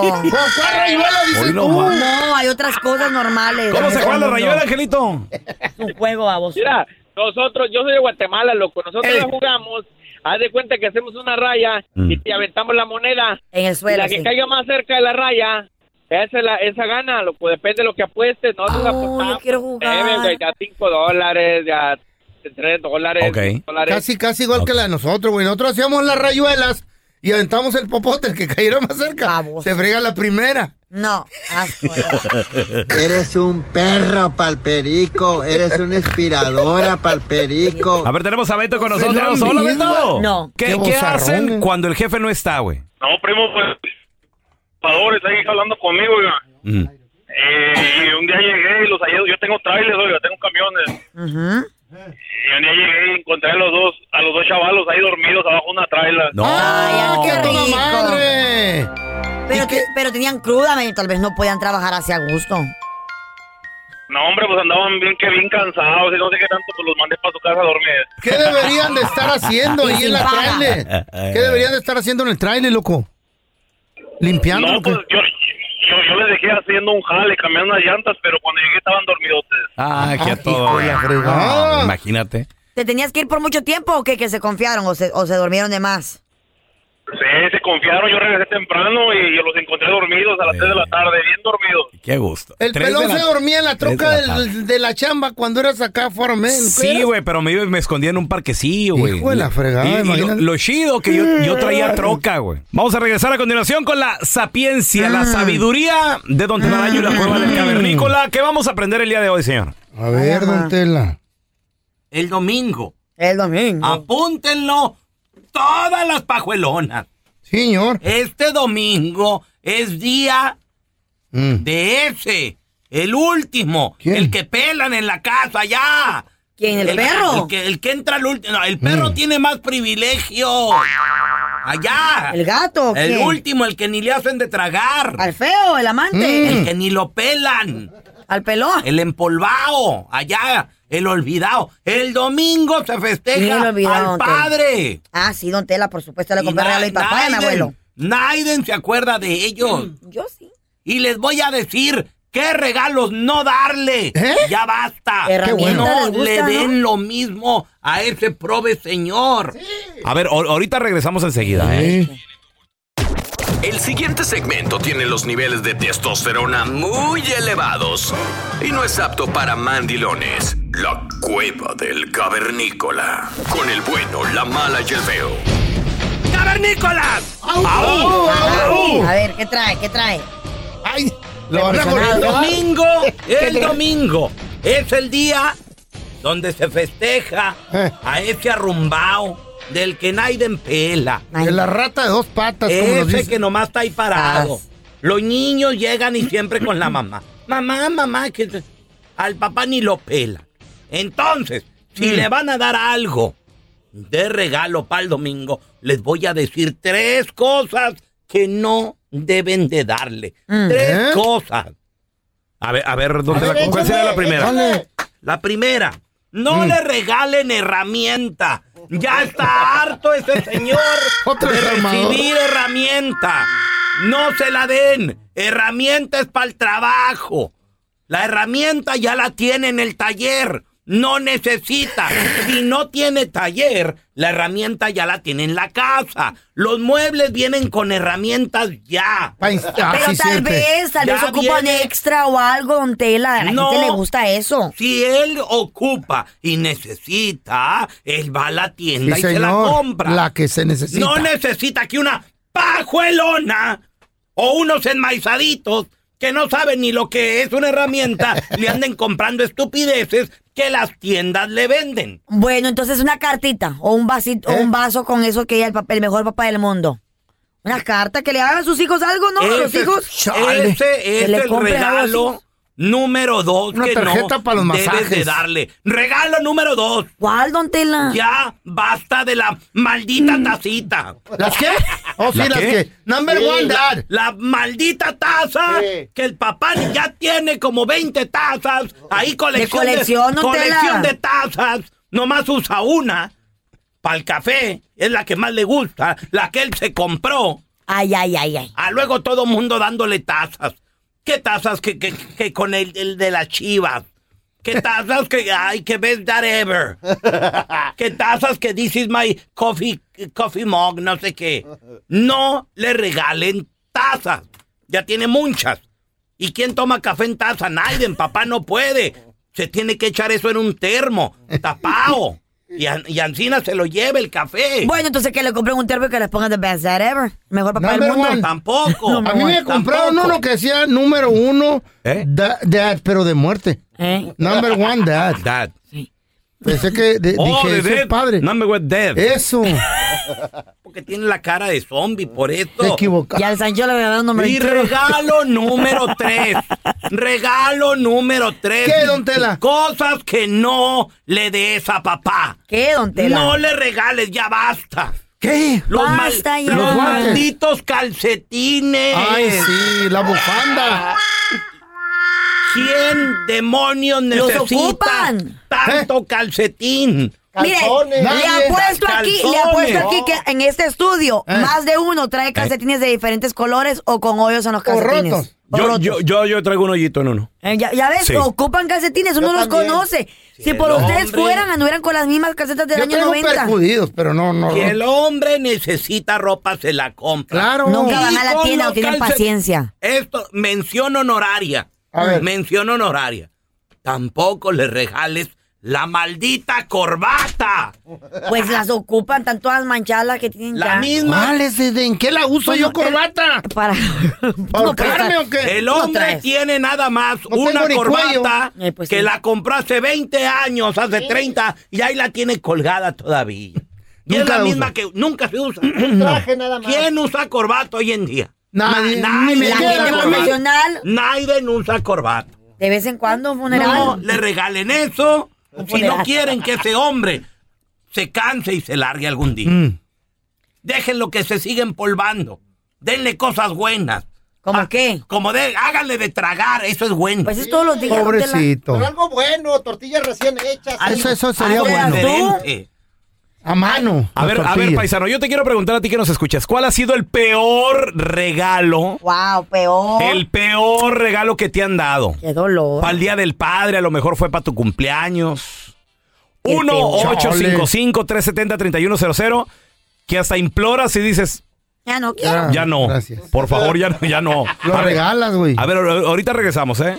Speaker 2: ¿Con cuál rayuela dices
Speaker 4: Hoy no
Speaker 2: tú?
Speaker 4: más. No, hay otras cosas normales.
Speaker 17: ¿Cómo se juega la rayuela, Angelito?
Speaker 4: Un juego, baboso. Eh.
Speaker 16: Mira, nosotros, yo soy de Guatemala, loco. Nosotros la jugamos. Haz de cuenta que hacemos una raya y te aventamos la moneda.
Speaker 4: En el suelo,
Speaker 16: La que
Speaker 4: sí.
Speaker 16: caiga más cerca de la raya, esa, es la, esa gana, loco. Depende de lo que apuestes. Nosotros apostamos.
Speaker 4: Ah, quiero
Speaker 16: eh, güey, de a 5 dólares, de a 3 dólares.
Speaker 2: Ok.
Speaker 16: cinco dólares.
Speaker 2: Casi, casi igual que la de nosotros, güey. Nosotros hacíamos las rayuelas y aventamos el popote, el que cayera más cerca. Se frega la primera.
Speaker 4: No.
Speaker 11: Eres un perro, palperico. Eres una inspiradora, palperico.
Speaker 17: A ver, tenemos a Beto con nosotros.
Speaker 11: la
Speaker 17: Hola,
Speaker 11: misma.
Speaker 17: Beto.
Speaker 11: No.
Speaker 17: ¿Qué,
Speaker 11: Qué
Speaker 17: qué
Speaker 11: bozarrón,
Speaker 17: hacen
Speaker 11: eh.
Speaker 17: cuando el jefe no está, güey?
Speaker 5: No, primo, pues, jugadores ahí hablando conmigo, oiga.
Speaker 17: Mm.
Speaker 5: Eh, y un día llegué y los hallé, yo tengo trailers, oiga, tengo camiones. Y un día llegué y encontré a los dos, a los dos chavalos ahí dormidos abajo de una traila.
Speaker 17: No.
Speaker 4: Ay, a toda
Speaker 2: madre!
Speaker 4: Pero, te- pero tenían cruda, men, tal vez no podían trabajar así a gusto.
Speaker 5: No, hombre, pues andaban bien que bien cansados y no sé qué tanto, pues los mandé para su casa a dormir.
Speaker 2: ¿Qué deberían de estar haciendo ahí en la trailer? ¿Qué deberían de estar haciendo en el trailer, loco? ¿Limpiando?
Speaker 5: No,
Speaker 2: o qué?
Speaker 5: pues yo, yo, yo les dejé haciendo un jale, cambiando las llantas, pero cuando llegué estaban dormidos.
Speaker 17: Ah, que a todo.
Speaker 5: fregada.
Speaker 17: Imagínate.
Speaker 4: ¿Te tenías que ir por mucho tiempo o qué? ¿Que se confiaron o se, o se durmieron de más?
Speaker 5: Sí, se confiaron, yo regresé temprano y yo los encontré dormidos a las 3 de la tarde, bien dormidos.
Speaker 17: Qué gusto.
Speaker 2: El
Speaker 17: Tres de
Speaker 2: pelón
Speaker 17: la-
Speaker 2: se dormía en la
Speaker 17: tres de
Speaker 2: troca
Speaker 17: la
Speaker 2: del-
Speaker 17: tarde.
Speaker 2: de la, chamba cuando eras acá, Farmel.
Speaker 17: Sí, güey, pero me, iba- me escondía en un parquecillo, güey.
Speaker 2: Hijo de la fregada,
Speaker 17: Y- y lo,
Speaker 2: imagínate.
Speaker 17: lo chido que yo, yo traía troca, güey. Vamos a regresar a continuación con la sapiencia,
Speaker 2: Ah.
Speaker 17: la sabiduría de Don Telaraño y la cueva
Speaker 2: Mm.
Speaker 17: del cavernícola. ¿Qué vamos a aprender el día de hoy, señor?
Speaker 2: A ver, don Tela.
Speaker 1: El domingo.
Speaker 4: El domingo.
Speaker 1: Apúntenlo todas las pajuelonas.
Speaker 2: Señor.
Speaker 1: Este domingo es día de ese, el último, el que pelan en la casa ya.
Speaker 4: ¿Quién? ¿El perro?
Speaker 1: El que, el que entra al último. No, el perro tiene más privilegio. Allá.
Speaker 4: ¿El gato o
Speaker 1: El
Speaker 4: qué?
Speaker 1: último, el que ni le hacen de tragar.
Speaker 4: ¿Al feo, el amante?
Speaker 1: El que ni lo pelan.
Speaker 4: Mm. ¿Al pelón?
Speaker 1: El empolvado. Allá, el olvidado. El domingo se
Speaker 4: Sí,
Speaker 1: festeja
Speaker 4: lo olvidaron,
Speaker 1: al
Speaker 4: don Tela.
Speaker 1: padre.
Speaker 4: Ah, sí, don Tela, por supuesto, le compré regalo a mi papá y a mi
Speaker 1: Naiden,
Speaker 4: abuelo. Mm,
Speaker 1: Naiden se acuerda de ellos.
Speaker 4: Yo sí.
Speaker 1: Y les voy a decir qué regalos no darle. Ya basta.
Speaker 4: ¿Eh? Qué bueno.
Speaker 1: No
Speaker 4: les gusta,
Speaker 1: le
Speaker 4: ¿no?
Speaker 1: den lo mismo a ese prove señor.
Speaker 17: A ver, o- ahorita regresamos enseguida, ¿eh?
Speaker 7: El siguiente segmento tiene los niveles de testosterona muy elevados y no es apto para mandilones. La cueva del cavernícola. Con el bueno, la mala y el feo.
Speaker 1: ¡Cavernícolas!
Speaker 7: ¡Au! ¡Au! ¡Au!
Speaker 4: A ver, ¿qué trae? ¿Qué trae?
Speaker 2: ¡Ay!
Speaker 1: El domingo, el domingo es el día donde se festeja
Speaker 2: Eh.
Speaker 1: a ese arrumbao del que Naiden pela.
Speaker 2: De la rata de dos patas, como nos
Speaker 1: Ese
Speaker 2: dice.
Speaker 1: que nomás está ahí parado. Los niños llegan y siempre con la mamá. Mamá, mamá, que al papá ni lo pela. Entonces, si le van a dar algo de regalo para el domingo, les voy a decir tres cosas que no deben de darle. Tres cosas.
Speaker 17: A ver, a ver, don
Speaker 1: Mm. ¿Eh? A
Speaker 17: Tela,
Speaker 1: ver,
Speaker 17: ¿cuál
Speaker 1: échale,
Speaker 17: será la primera?
Speaker 10: Mm.
Speaker 1: échale. La primera, no le regalen herramienta, Ya está harto este señor
Speaker 10: Otro
Speaker 1: de
Speaker 10: desarmador.
Speaker 1: recibir herramienta. No se la den. Herramienta es para el trabajo. La herramienta ya la tiene en el taller. No necesita. Si no tiene taller, la herramienta ya la tiene en la casa. Los muebles vienen con herramientas ya.
Speaker 4: Pero tal vez, tal vez
Speaker 1: ah, Ya
Speaker 4: ocupan
Speaker 1: viene-
Speaker 4: extra o algo, don Tela. A la
Speaker 1: No.
Speaker 4: gente le gusta eso.
Speaker 1: Si él ocupa y necesita, él va a la tienda
Speaker 11: Sí,
Speaker 1: y se la
Speaker 11: señor,
Speaker 1: compra.
Speaker 11: la que se necesita.
Speaker 1: No necesita que una pajuelona o unos enmaizaditos que no saben ni lo que es una herramienta le anden comprando estupideces que las tiendas le venden.
Speaker 4: Bueno, entonces una cartita o un vasito,
Speaker 1: ¿Eh?
Speaker 4: o un vaso con eso que ella el, papel, el mejor papá del mundo. Una carta que le hagan a sus hijos algo, ¿no? a los
Speaker 1: Ese-
Speaker 4: hijos. este,
Speaker 1: Ese
Speaker 4: Que
Speaker 1: es
Speaker 4: le
Speaker 1: el
Speaker 4: compren algo a sus-
Speaker 1: regalo número dos
Speaker 4: Una
Speaker 1: que
Speaker 4: tarjeta
Speaker 1: no
Speaker 4: para los
Speaker 1: debes
Speaker 4: masajes.
Speaker 1: de darle. Regalo número dos.
Speaker 4: ¿Cuál, don Tela? Mm.
Speaker 1: Ya basta de la maldita tacita.
Speaker 11: ¿Las qué? Oh, sí, ¿La las qué? que- number one, dad.
Speaker 1: La maldita taza que el papá ya tiene como 20 tazas. Ahí colección
Speaker 4: colección, don Tela.
Speaker 1: colección de tazas. Nomás usa una para el café. Es la que más le gusta, la que él se compró.
Speaker 4: Ay, ay, ay, ay.
Speaker 1: Ah, luego todo mundo dándole tazas. ¿Qué tazas que, que, que con el, el de las chivas? ¿Qué tazas que, ay, que ves that ever? ¿Qué tazas que this is my coffee, coffee mug, no sé qué? No le regalen tazas. Ya tiene muchas. ¿Y quién toma café en taza? Nadie, papá no puede. Se tiene que echar eso en un termo, tapao. Y, an- y Ancina se lo lleve el café.
Speaker 4: Bueno, entonces que le compren un termo y que les pongan the best dad ever. Mejor papá del mundo.
Speaker 1: Tampoco.
Speaker 11: A mí me compraron
Speaker 4: Tampoco.
Speaker 11: uno que decía número uno,
Speaker 1: ¿Eh?
Speaker 11: da- dad, pero de muerte. Number one, dad.
Speaker 1: Dad.
Speaker 11: Pensé que de-
Speaker 1: Oh,
Speaker 11: dije,
Speaker 1: de
Speaker 11: "Eso es
Speaker 1: dead.
Speaker 11: padre.
Speaker 1: Number one, dead.
Speaker 11: Eso.
Speaker 1: Porque tiene la cara de zombie, por esto.
Speaker 11: Te equivocaste.
Speaker 4: Y al Sancho le voy a dar un nombre
Speaker 1: Y
Speaker 4: entero.
Speaker 1: regalo número 3. Regalo número 3.
Speaker 4: ¿Qué, don Tela?
Speaker 1: Cosas que no le des a papá.
Speaker 4: ¿Qué, don Tela?
Speaker 1: No le regales, ya basta. ¿Qué? Los, mal-
Speaker 4: Basta ya.
Speaker 1: los
Speaker 4: Los guantes.
Speaker 1: malditos calcetines.
Speaker 11: Ay, sí, la bufanda.
Speaker 1: ¿Quién demonios
Speaker 4: Los
Speaker 1: necesita
Speaker 4: ocupan.
Speaker 1: tanto calcetín?
Speaker 4: Mire, le ha puesto aquí, le ha puesto aquí que en este estudio
Speaker 10: Eh.
Speaker 4: más de uno trae calcetines de diferentes colores o con hoyos en los calcetines.
Speaker 10: Yo, yo, yo, yo traigo un hoyito en uno.
Speaker 4: Eh, ya, ya ves,
Speaker 10: Sí.
Speaker 4: ocupan calcetines, uno
Speaker 10: Yo
Speaker 4: los
Speaker 10: también.
Speaker 4: conoce. Si
Speaker 1: el
Speaker 4: por ustedes
Speaker 1: hombre-
Speaker 4: fueran, anduvieran con las mismas calcetas del
Speaker 1: Yo
Speaker 4: año
Speaker 1: traigo
Speaker 4: 90.
Speaker 11: Perjudidos, pero no, no.
Speaker 1: Si el hombre necesita ropa, se la compra.
Speaker 11: Claro.
Speaker 4: Nunca van a
Speaker 1: Y
Speaker 4: la
Speaker 1: con
Speaker 4: tienda, no
Speaker 1: los
Speaker 4: tienen
Speaker 1: calcet-
Speaker 4: paciencia.
Speaker 1: Esto, mención honoraria.
Speaker 4: A ver.
Speaker 1: Mención honoraria. Tampoco le regales la maldita corbata.
Speaker 4: Pues las ocupan, tan todas manchadas las que tienen
Speaker 1: La
Speaker 4: ya.
Speaker 1: misma.
Speaker 11: ¿Cuál es? ¿De- ¿En qué la uso
Speaker 4: Bueno,
Speaker 11: yo corbata?
Speaker 4: Para.
Speaker 11: ¿Ahorcarme o qué?
Speaker 1: El
Speaker 11: No
Speaker 1: hombre
Speaker 11: traes.
Speaker 1: tiene nada más una
Speaker 11: tengo ni
Speaker 1: corbata
Speaker 11: cuello. Eh, pues
Speaker 1: que
Speaker 11: sí.
Speaker 1: la compró hace 20 años, hace 30, y ahí la tiene colgada todavía. Y es
Speaker 11: Nunca
Speaker 1: la
Speaker 11: la
Speaker 1: misma que nunca se usa.
Speaker 11: traje
Speaker 1: nada más. ¿Quién usa corbata hoy en día?
Speaker 11: Nadie,
Speaker 1: Na-
Speaker 11: ni me
Speaker 1: nadie
Speaker 11: queda
Speaker 1: usa
Speaker 11: la
Speaker 1: corbata.
Speaker 4: profesional.
Speaker 1: Nadie no usa corbata.
Speaker 4: De vez en cuando, un funeral.
Speaker 1: No le regalen eso si
Speaker 4: funeral.
Speaker 1: no quieren que ese hombre se canse y se largue algún día. Déjenlo que se siga empolvando. Denle cosas buenas. Ah,
Speaker 4: ¿Cómo qué?
Speaker 1: Como de, háganle de tragar, eso es bueno.
Speaker 4: Pues es todos los días.
Speaker 11: Pobrecito. Ah,
Speaker 18: Pero algo bueno, tortillas recién hechas. Ah,
Speaker 11: Eso, eso sería bueno. A mano.
Speaker 10: A ver, a ver, paisano, yo te quiero preguntar a ti que nos escuchas, ¿cuál ha sido el peor regalo?
Speaker 4: Wow, peor.
Speaker 10: El peor regalo que te han dado.
Speaker 4: Qué dolor.
Speaker 10: Para el Día del Padre, a lo mejor fue para tu cumpleaños.
Speaker 4: Qué peor.
Speaker 10: 1-855-370-3100, que hasta imploras y dices,
Speaker 4: Ya no quiero.
Speaker 10: ya no, por favor, ya no, ya no.
Speaker 2: Lo
Speaker 10: A ver,
Speaker 2: regalas, güey.
Speaker 10: A ver, ahorita regresamos, ¿eh?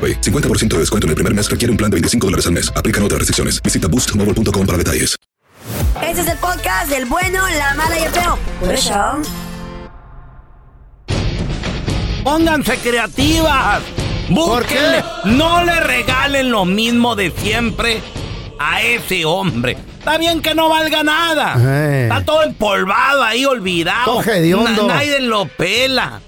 Speaker 19: 50% de descuento en el primer mes requiere un plan de 25 dólares al mes. Aplican otras restricciones. Visita boostmobile.com para detalles.
Speaker 4: Este es el podcast del bueno, la mala y el feo. Por eso.
Speaker 12: Pónganse creativas. Búsquenle. No le regalen lo mismo de siempre a ese hombre. Está bien que no valga nada.
Speaker 2: Eh.
Speaker 12: Está todo empolvado ahí, olvidado.
Speaker 2: Todo hediondo.
Speaker 12: Na- nadie lo pela.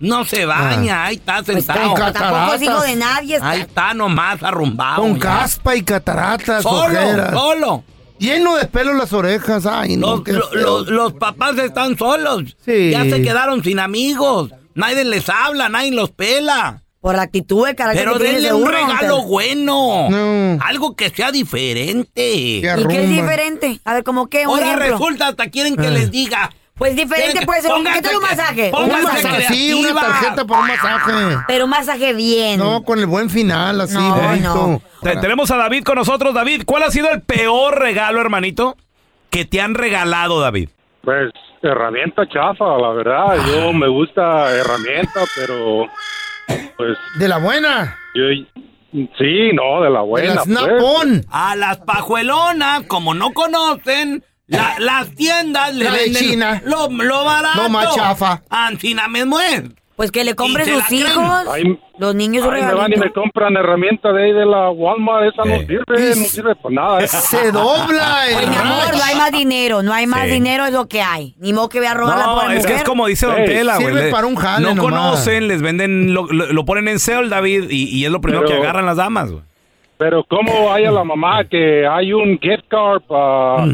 Speaker 12: No se baña, ahí está sentado.
Speaker 2: Ah. Pues con cataratas. Tampoco es hijo de
Speaker 4: nadie.
Speaker 12: Ahí está nomás arrumbado.
Speaker 2: Con
Speaker 12: ya.
Speaker 2: caspa y cataratas,
Speaker 12: Ah, Solo,
Speaker 2: ojeras.
Speaker 12: solo.
Speaker 2: Lleno de pelo las orejas, ay, no.
Speaker 12: Los,
Speaker 2: qué
Speaker 12: lo-
Speaker 2: feo.
Speaker 12: los- los papás están solos.
Speaker 2: Sí.
Speaker 12: Ya se quedaron sin amigos. Nadie les habla, nadie los pela.
Speaker 4: Por la actitud, el carácter
Speaker 12: Pero
Speaker 4: que tienes
Speaker 12: denle
Speaker 4: de
Speaker 12: un
Speaker 4: uno,
Speaker 12: regalo
Speaker 4: aunque-
Speaker 12: bueno. Algo que sea diferente.
Speaker 4: ¿Y qué es diferente? A ver, ¿cómo qué? Un
Speaker 12: Ahora
Speaker 4: ejemplo.
Speaker 12: resulta, hasta quieren que
Speaker 4: Eh.
Speaker 12: les diga.
Speaker 4: Pues diferente
Speaker 12: Quieren
Speaker 4: puede ser.
Speaker 12: pónganse
Speaker 4: ¿Qué tal un
Speaker 12: que-
Speaker 4: masaje?
Speaker 12: pónganse
Speaker 4: Un masaje.
Speaker 12: creativas.
Speaker 2: Sí, una tarjeta para un masaje.
Speaker 4: Pero un masaje bien.
Speaker 2: No, con el buen final, así,
Speaker 4: No,
Speaker 2: bonito.
Speaker 4: no.
Speaker 1: Te- tenemos a David con nosotros. David, ¿cuál ha sido el peor regalo, hermanito, que te han regalado, David?
Speaker 20: Pues herramienta chafa, la verdad.
Speaker 2: Ah.
Speaker 20: Yo me gusta herramienta, pero pues
Speaker 2: De la buena.
Speaker 20: yo sí, no, de la buena. pues.
Speaker 12: A las pajuelonas, como no conocen, la- las tiendas le
Speaker 2: La de
Speaker 12: venden
Speaker 2: China.
Speaker 12: Lo, lo barato.
Speaker 2: Lo más chafa.
Speaker 12: Ancina me mueve.
Speaker 4: Pues que le compre
Speaker 12: Y se
Speaker 4: sus
Speaker 12: la creen.
Speaker 4: hijos.
Speaker 20: Ay,
Speaker 4: los niños un
Speaker 20: Ay, me van y
Speaker 4: regalito.
Speaker 20: me compran herramienta de ahí de la Walmart, esa no sirve, no sirve para nada. ¿eh?
Speaker 2: Se dobla
Speaker 4: Pues, mi amor, no hay más dinero, no hay más
Speaker 20: Sí.
Speaker 4: dinero, es lo que hay. Ni modo que voy a robar la
Speaker 1: No,
Speaker 4: pobre
Speaker 1: es que
Speaker 4: mujer. Ah,
Speaker 1: es como dice Don
Speaker 20: Ey,
Speaker 1: Tela, güey.
Speaker 20: sirve
Speaker 1: Le-
Speaker 20: para un jale
Speaker 1: No
Speaker 20: nomás.
Speaker 1: conocen, les venden, lo, lo- lo ponen en sale, David, y, y es lo primero
Speaker 20: Pero-
Speaker 1: que agarran las damas, güey.
Speaker 20: Pero cómo hay a la mamá que hay un gift card para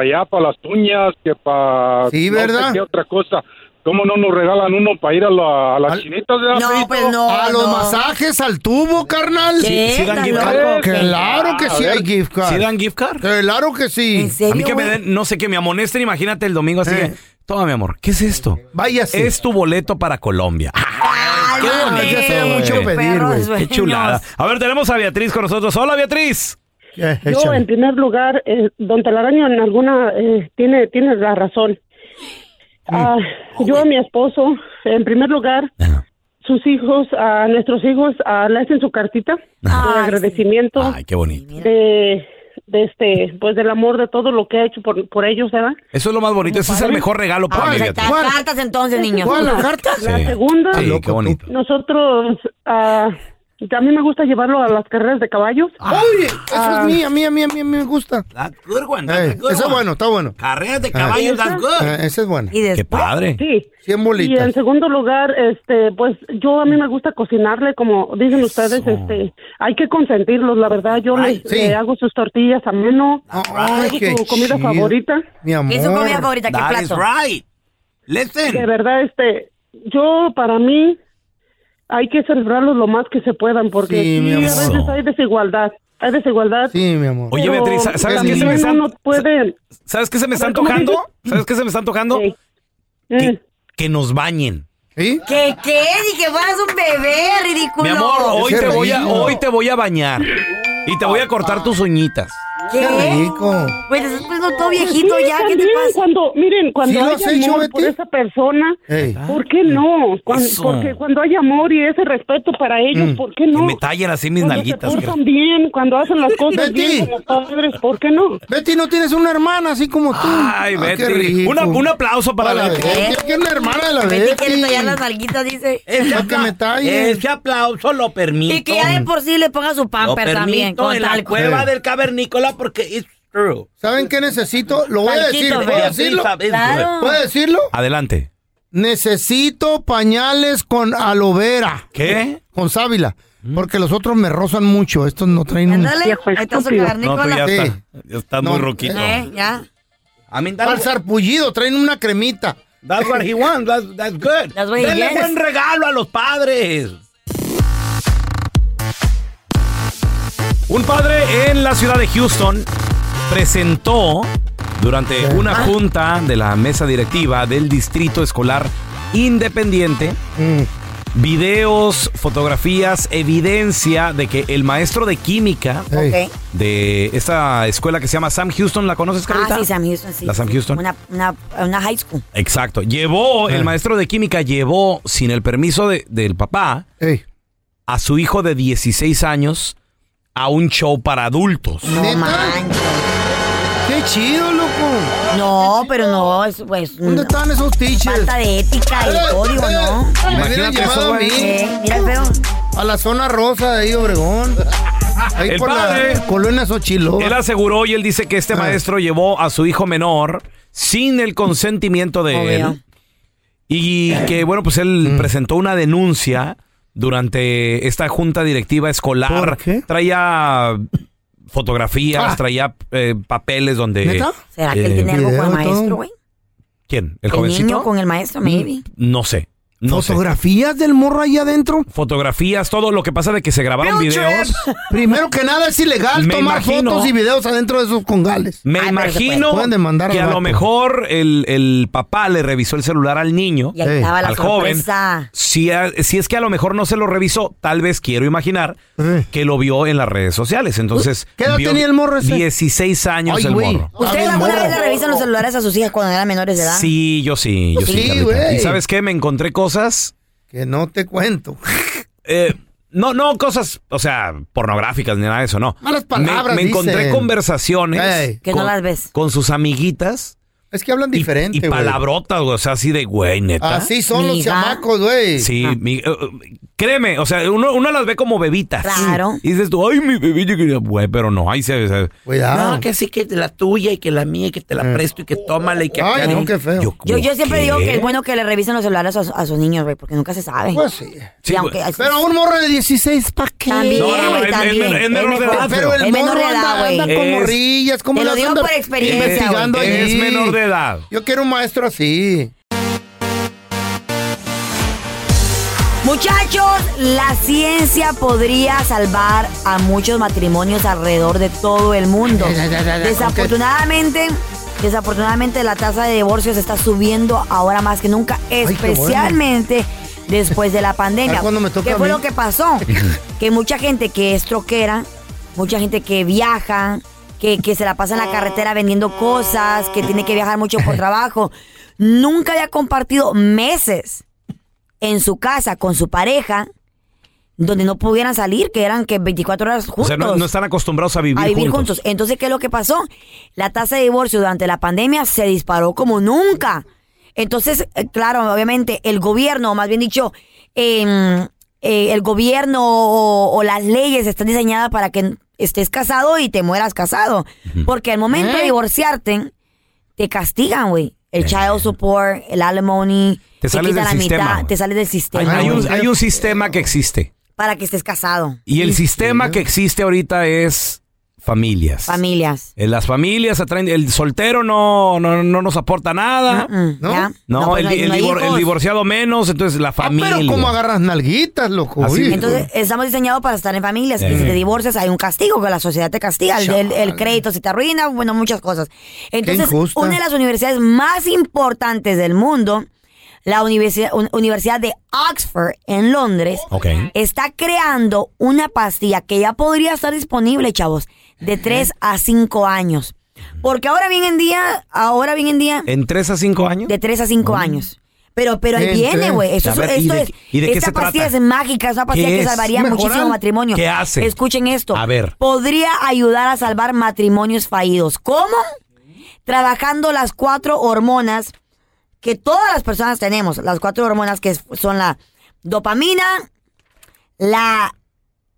Speaker 20: allá, para las uñas, que para
Speaker 2: Mm. Sí, ¿verdad?
Speaker 20: qué otra cosa. ¿Cómo no nos regalan uno para ir a, la- a las chinitas? de
Speaker 4: pues no,
Speaker 2: A los
Speaker 20: no.
Speaker 2: masajes, al tubo, carnal.
Speaker 20: ¿Qué?
Speaker 1: ¿Sí dan
Speaker 2: ¿Estás
Speaker 1: gift
Speaker 2: loco?
Speaker 1: card?
Speaker 2: Claro que
Speaker 1: A
Speaker 2: sí
Speaker 1: ver,
Speaker 2: hay gift card.
Speaker 1: Ah, ¿Sí dan gift card?
Speaker 2: Claro que sí. Eh.
Speaker 1: A mí que me den, no sé, que me amonesten, imagínate el domingo así que, toma mi amor, ¿qué es esto?
Speaker 2: Váyase.
Speaker 1: Es tu boleto para Colombia.
Speaker 2: Qué bonito, ya se ve mucho pedir, güey.
Speaker 1: Qué chulada. A ver, tenemos a Beatriz con nosotros. Hola, Beatriz.
Speaker 2: Eh,
Speaker 21: Yo, en primer lugar, eh, don Telaraño, en alguna, eh, tiene, tiene la razón.
Speaker 1: Mm.
Speaker 21: Ah, yo a mi esposo, en primer lugar, sus hijos, a nuestros hijos, ah, le hacen su cartita de agradecimiento.
Speaker 1: Ay, qué bonito.
Speaker 21: De, de este, pues del amor de todo lo que ha hecho por, por ellos, ¿verdad?
Speaker 1: Eso es lo más bonito. Ese es el mejor regalo
Speaker 2: Ah,
Speaker 1: para mí, Beatriz.
Speaker 21: ¿Cuál?
Speaker 4: Cartas pues, entonces, niños.
Speaker 21: ¿Cuál, las cartas? La segunda.
Speaker 1: Sí, qué bonito.
Speaker 21: Nosotros, ah, a mí me gusta llevarlo a las carreras de caballos.
Speaker 2: Oye, eso
Speaker 21: Ah.
Speaker 2: es mía, a mí, a mí, a mí me gusta.
Speaker 1: Ah,
Speaker 2: Eh, eso es bueno, está bueno.
Speaker 12: Carreras de
Speaker 21: caballo, that's good.
Speaker 2: ese es bueno.
Speaker 4: ¿Y
Speaker 2: Qué
Speaker 1: padre.
Speaker 21: Sí.
Speaker 2: Cien
Speaker 21: Y en
Speaker 2: bolitas.
Speaker 21: segundo lugar, este, pues yo a mí me gusta cocinarle, como dicen ustedes, este, hay que consentirlos, la verdad, yo les
Speaker 2: sí.
Speaker 21: eh, hago sus tortillas a mano, hago
Speaker 2: qué
Speaker 21: su comida
Speaker 2: chido.
Speaker 21: favorita.
Speaker 2: Mi amor.
Speaker 21: ¿Qué es su comida favorita? ¿Qué That plato? is right. De verdad, este, yo para mí hay que celebrarlos lo más que se puedan, porque
Speaker 2: Sí, mi
Speaker 21: sí, a
Speaker 2: amor.
Speaker 21: veces hay desigualdad, hay desigualdad.
Speaker 2: Sí, mi amor.
Speaker 1: Oye, Beatriz, ¿sa- sabes qué se me está-
Speaker 21: puede...
Speaker 1: ¿Sabes qué se me está
Speaker 21: A ver, ¿cómo
Speaker 1: antojando?
Speaker 21: dices?
Speaker 1: ¿Sabes qué se me está antojando? Que, que nos bañen.
Speaker 4: ¿Qué, qué? Dije, fueras un bebé, ridículo.
Speaker 1: Mi amor,
Speaker 2: Pues
Speaker 1: hoy
Speaker 4: ¿Qué?
Speaker 1: te, voy a,
Speaker 4: rico.
Speaker 1: hoy te voy a bañar. Y te voy a cortar tus uñitas.
Speaker 4: Güey, te estás poniendo todo viejito
Speaker 21: Sí,
Speaker 4: ya, ¿qué te
Speaker 21: también,
Speaker 4: pasa?
Speaker 21: Cuando, miren, cuando
Speaker 4: ¿Sí lo
Speaker 21: hay
Speaker 4: has
Speaker 21: amor
Speaker 4: hecho, Betty?
Speaker 21: por esa persona,
Speaker 1: Ey.
Speaker 21: ¿por qué no? Cuan-
Speaker 1: Eso.
Speaker 21: porque cuando hay amor y ese respeto para ellos,
Speaker 1: Mm.
Speaker 21: ¿por qué
Speaker 1: Que
Speaker 21: no?
Speaker 1: me tallen así mis
Speaker 21: Cuando se
Speaker 1: nalguitas.
Speaker 21: portan bien, cuando hacen las cosas bien como padres, ¿por qué no?
Speaker 2: Betty, ¿no tienes una hermana así como tú?
Speaker 1: Ay,
Speaker 2: Ah, qué
Speaker 1: Betty.
Speaker 2: rico.
Speaker 1: Una- un aplauso para
Speaker 2: Para
Speaker 1: la Betty.
Speaker 2: Betty. Es que es la hermana de la
Speaker 4: Betty
Speaker 2: Betty.
Speaker 4: quiere tallar las nalguitas, dice.
Speaker 12: apla- ese aplauso lo permito.
Speaker 4: Y que ya de por sí le ponga su
Speaker 12: lo
Speaker 4: pamper también.
Speaker 12: permito
Speaker 4: Con
Speaker 12: en la
Speaker 4: talco.
Speaker 12: cueva del cavernícola porque it's true.
Speaker 2: ¿Saben qué necesito? Lo voy a
Speaker 12: Talquito,
Speaker 2: decir. ¿Puedo
Speaker 12: Beatriz,
Speaker 2: decirlo?
Speaker 12: Beatriz, Claro.
Speaker 2: ¿Puedo decirlo?
Speaker 1: Adelante.
Speaker 22: Necesito pañales con aloe vera.
Speaker 1: ¿Qué? Mm.
Speaker 22: Con sábila. Porque los otros me rozan mucho. Estos no traen un-
Speaker 4: Ándale, ahí está su
Speaker 1: No, tú ya
Speaker 4: cavernícola.
Speaker 22: Sí.
Speaker 1: está, ya está muy
Speaker 22: No,
Speaker 1: roquito.
Speaker 4: Eh, ya.
Speaker 1: I mean,
Speaker 22: Al sarpullido, traen una cremita.
Speaker 1: That's what he wants. That's, that's good.
Speaker 4: That's what he
Speaker 1: Denle
Speaker 4: gets.
Speaker 1: buen regalo a los padres. Un padre en la ciudad de Houston presentó durante una junta de la mesa directiva del Distrito Escolar Independiente videos, fotografías, evidencia de que el maestro de química
Speaker 4: Ok.
Speaker 1: de esta escuela que se llama Sam Houston, ¿la conoces, Carlita?
Speaker 4: Ah, sí, Sam Houston, sí.
Speaker 1: La Sam
Speaker 4: sí.
Speaker 1: Houston.
Speaker 4: Una, una, una high school.
Speaker 1: Exacto. Llevó, el maestro de química llevó, sin el permiso de- del papá, a su hijo de 16 años a un show para adultos.
Speaker 4: No manches.
Speaker 22: Qué chido, loco.
Speaker 4: No, pero no, es, pues.
Speaker 22: ¿Dónde están esos teachers? Eh,
Speaker 4: Falta de ética y código, ¿no?
Speaker 22: Me hubieran
Speaker 1: Imagínate
Speaker 22: llevado
Speaker 1: eso,
Speaker 22: a mí.
Speaker 1: güey.
Speaker 4: Eh, mira, feo.
Speaker 22: A la zona rosa de ahí, Obregón. Ahí
Speaker 1: El
Speaker 22: por
Speaker 1: padre.
Speaker 22: la colonia Ah. Xochiló.
Speaker 1: Él aseguró y él dice que este maestro llevó a su hijo menor sin el consentimiento de él. Y que, bueno, pues
Speaker 22: Mm.
Speaker 1: él presentó una denuncia durante esta junta directiva escolar.
Speaker 22: ¿Por qué? Ah.
Speaker 1: Traía fotografías, traía eh, papeles donde...
Speaker 22: ¿Neta?
Speaker 4: ¿Será que él
Speaker 1: eh,
Speaker 4: tiene algo con el
Speaker 22: video y todo.
Speaker 4: maestro, güey?
Speaker 1: ¿Quién? ¿El,
Speaker 4: El
Speaker 1: jovencito?
Speaker 4: niño con el maestro, maybe.
Speaker 1: No sé. No sé.
Speaker 22: Mm. ¿Fotografías del morro ahí adentro?
Speaker 1: Fotografías, todo lo que pasa de que se grabaron
Speaker 22: Field
Speaker 1: videos.
Speaker 22: Primero que nada es ilegal
Speaker 1: Me
Speaker 22: tomar
Speaker 1: imagino.
Speaker 22: fotos y videos adentro de esos congales.
Speaker 1: Me
Speaker 22: pero se puede.
Speaker 1: imagino
Speaker 22: Pueden demandar
Speaker 1: que
Speaker 22: al
Speaker 1: a
Speaker 22: vato.
Speaker 1: lo mejor el, el papá le revisó el celular al niño,
Speaker 4: Y ahí estaba la
Speaker 1: al joven.
Speaker 4: sorpresa.
Speaker 1: Si, a- si es que a lo mejor no se lo revisó, tal vez quiero imaginar que lo vio en las redes sociales. Entonces,
Speaker 22: ¿Qué edad
Speaker 1: vio
Speaker 22: tenía el morro ese?
Speaker 1: 16 años
Speaker 22: Ay,
Speaker 1: el
Speaker 22: güey.
Speaker 1: morro.
Speaker 4: ¿Ustedes
Speaker 22: Ah,
Speaker 4: alguna
Speaker 22: morro.
Speaker 4: vez le revisan los celulares a sus hijas cuando eran menores de edad?
Speaker 1: Sí, yo sí, yo sí.
Speaker 22: Pues Sí,
Speaker 1: Carlita.
Speaker 22: güey.
Speaker 1: y sabes qué, me encontré cosas,
Speaker 22: Que no te cuento.
Speaker 1: eh, no, no cosas, o sea, pornográficas ni nada de eso, no.
Speaker 22: Malas
Speaker 1: Me-
Speaker 22: palabras
Speaker 1: Me, encontré
Speaker 22: dicen.
Speaker 1: conversaciones
Speaker 22: Ey.
Speaker 4: Que no las ves.
Speaker 1: con sus amiguitas
Speaker 22: Es que hablan diferente,
Speaker 1: y
Speaker 22: güey.
Speaker 1: palabrotas, güey, o sea, así de güey, neta.
Speaker 22: Así son los
Speaker 4: Mija.
Speaker 22: chamacos, güey.
Speaker 1: Sí,
Speaker 4: Ah.
Speaker 1: mi- eh, eh, créeme, o sea, uno, uno las ve como bebitas.
Speaker 4: Claro.
Speaker 1: Y dices tú, ay, mi bebé, yo quería, güey, pero no, ahí se... se-
Speaker 22: Cuidado.
Speaker 12: No, que sí, que la tuya y que la mía y que te la presto y que tómala y que acá.
Speaker 22: Eh. Ay, no, qué feo.
Speaker 4: Yo, yo siempre
Speaker 1: ¿Qué?
Speaker 4: digo que es bueno que le revisen los celulares a, su- a sus niños, güey, porque nunca se sabe.
Speaker 22: Pues sí.
Speaker 1: Sí,
Speaker 4: Y aunque-
Speaker 1: güey.
Speaker 22: Pero un morro de 16, ¿para qué?
Speaker 4: También,
Speaker 1: No, no, no,
Speaker 4: güey,
Speaker 1: es- es
Speaker 4: también.
Speaker 1: menor- es menor de
Speaker 4: mejor.
Speaker 1: edad,
Speaker 22: Pero el,
Speaker 4: Es menor
Speaker 22: morro
Speaker 4: de edad,
Speaker 22: anda,
Speaker 4: güey.
Speaker 22: anda con
Speaker 1: Es-
Speaker 22: morrillas. ¿Cómo
Speaker 4: Te
Speaker 22: las
Speaker 4: lo digo
Speaker 22: anda
Speaker 4: por experiencia,
Speaker 22: Investigando
Speaker 4: güey.
Speaker 1: Es
Speaker 22: allí?
Speaker 1: menor de edad.
Speaker 22: Yo quiero un maestro así.
Speaker 4: Muchachos, la ciencia podría salvar a muchos matrimonios alrededor de todo el mundo. Desafortunadamente, desafortunadamente la tasa de divorcios está subiendo ahora más que nunca,
Speaker 22: bueno.
Speaker 4: especialmente después de la pandemia.
Speaker 22: Ay, ¿cuándo me toca
Speaker 4: ¿Qué
Speaker 22: a
Speaker 4: fue
Speaker 22: mí?
Speaker 4: lo que pasó? que mucha gente que es troquera, mucha gente que viaja, que, que se la pasa en la carretera vendiendo cosas, que tiene que viajar mucho por trabajo, nunca había compartido meses en su casa con su pareja donde no pudieran salir, que eran que 24 horas juntos.
Speaker 1: O sea, no, no están acostumbrados a vivir,
Speaker 4: a vivir
Speaker 1: juntos.
Speaker 4: juntos. Entonces, ¿qué es lo que pasó? La tasa de divorcio durante la pandemia se disparó como nunca. Entonces, eh, claro, obviamente el gobierno, o más bien dicho, em, eh, el gobierno o, o las leyes están diseñadas para que estés casado y te mueras casado. Porque al momento de divorciarte, te castigan, güey. El child support, el alimony,
Speaker 1: Eh. Te sales
Speaker 4: quitan
Speaker 1: del
Speaker 4: la
Speaker 1: sistema,
Speaker 4: mitad,
Speaker 1: güey.
Speaker 4: te sales del
Speaker 1: Hay,
Speaker 4: sistema.
Speaker 1: hay
Speaker 4: güey
Speaker 1: un, hay un sistema que existe.
Speaker 4: para que estés casado.
Speaker 1: Y el sistema que existe ahorita es familias.
Speaker 4: Familias.
Speaker 1: Eh, Las familias atraen. El soltero no, no, no nos aporta nada.
Speaker 4: Mm, ¿ya?
Speaker 1: No,
Speaker 4: pues
Speaker 1: el,
Speaker 4: hay-
Speaker 1: el
Speaker 4: hay
Speaker 1: divor- el
Speaker 4: hijos.
Speaker 1: divorciado menos, entonces la
Speaker 22: Ah,
Speaker 1: familia.
Speaker 22: pero ¿cómo agarras nalguitas, loco?
Speaker 1: Así
Speaker 22: Oye.
Speaker 1: mismo.
Speaker 4: Entonces, estamos diseñados para estar en familias.
Speaker 1: Eh.
Speaker 4: Y si te divorcias, hay un castigo, que la sociedad te castiga. El, el- el crédito se te arruina, bueno, muchas cosas. Entonces,
Speaker 22: injusta.
Speaker 4: una de las universidades más importantes del mundo, la Universidad, un- Universidad de Oxford, en Londres,
Speaker 1: Ok.
Speaker 4: está creando una pastilla que ya podría estar disponible, chavos, de 3 a 5 años. Porque ahora bien en día, ahora bien en día,
Speaker 1: ¿En tres a cinco años? Mm.
Speaker 4: de 3 a 5 años. Pero, pero ahí
Speaker 22: Bien,
Speaker 4: viene,
Speaker 22: bien.
Speaker 4: güey. Eso,
Speaker 1: A ver,
Speaker 4: es-
Speaker 1: ¿y
Speaker 4: esto
Speaker 1: de-
Speaker 4: es.
Speaker 1: y de qué
Speaker 4: esta
Speaker 1: se
Speaker 4: pastilla
Speaker 1: trata?
Speaker 4: es mágica, es una pastilla
Speaker 1: ¿Qué
Speaker 4: que
Speaker 1: es?
Speaker 4: salvaría
Speaker 1: ¿Mejorar?
Speaker 4: muchísimo matrimonio.
Speaker 1: ¿Qué hace?
Speaker 4: Escuchen esto.
Speaker 1: A ver.
Speaker 4: Podría ayudar a salvar matrimonios fallidos. ¿Cómo? Trabajando las cuatro hormonas que todas las personas tenemos. Las cuatro hormonas que son la dopamina, la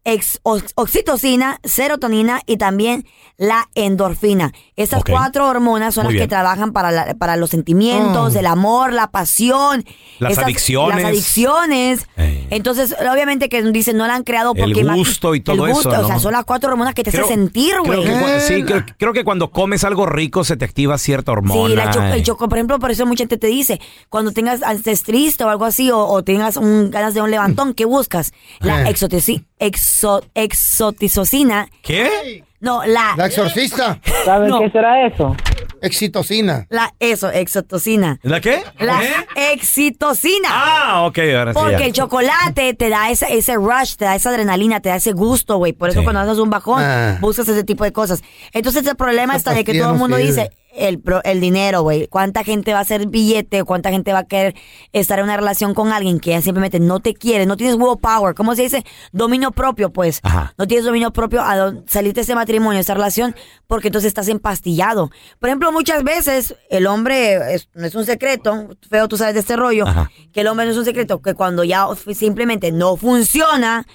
Speaker 4: ex- ox- oxitocina, serotonina y también la endorfina. Estas
Speaker 1: Ok.
Speaker 4: cuatro hormonas son
Speaker 1: Muy
Speaker 4: las
Speaker 1: bien.
Speaker 4: que trabajan para, la- para los sentimientos, el amor, la pasión.
Speaker 1: Oh. Las adicciones. Eh.
Speaker 4: Las adicciones. Entonces, obviamente que dicen, no la han creado
Speaker 1: El
Speaker 4: porque... más-
Speaker 1: gusto y
Speaker 4: el
Speaker 1: todo eso,
Speaker 4: gusto, O
Speaker 1: ¿no?
Speaker 4: sea, son las cuatro hormonas que te
Speaker 1: Creo-
Speaker 4: hacen sentir,
Speaker 1: Creo
Speaker 4: güey.
Speaker 1: que cu- sí, creo, creo que cuando comes algo rico se te activa cierta hormona.
Speaker 4: Sí, la cho-
Speaker 1: eh.
Speaker 4: el choco, por ejemplo, por eso mucha gente te dice, cuando tengas estés triste o algo así, o, o tengas un, ganas de un levantón, ¿qué buscas? La
Speaker 1: Eh.
Speaker 4: exotici- exo- exoticocina.
Speaker 1: ¿Qué?
Speaker 4: No, la...
Speaker 22: La exorcista.
Speaker 4: ¿Saben No. qué
Speaker 22: será eso? Exitocina.
Speaker 4: La, eso, exotocina.
Speaker 1: ¿La qué?
Speaker 4: La
Speaker 1: ¿Eh?
Speaker 4: exitocina.
Speaker 1: Ah, ok, ahora sí.
Speaker 4: Porque
Speaker 1: ya.
Speaker 4: el chocolate te da ese, ese rush, te da esa adrenalina, te da ese gusto, güey. Por eso
Speaker 1: Sí.
Speaker 4: cuando andas un bajón,
Speaker 1: Ah.
Speaker 4: buscas ese tipo de cosas. Entonces el problema está de que
Speaker 1: pastillas
Speaker 4: todo el
Speaker 1: no
Speaker 4: mundo
Speaker 1: sirven.
Speaker 4: dice el, pro- el dinero, güey. ¿Cuánta gente va a hacer billete? ¿Cuánta gente va a querer estar en una relación con alguien que ya simplemente no te quiere? No tienes willpower. ¿Cómo se dice? Dominio propio, pues. No tienes dominio propio a don- salirte de ese matrimonio, de esa relación, porque entonces estás empastillado. Por ejemplo, muchas veces el hombre, es- no es un secreto, feo tú sabes de este rollo, que el hombre no es un secreto, que cuando ya f- simplemente no funciona,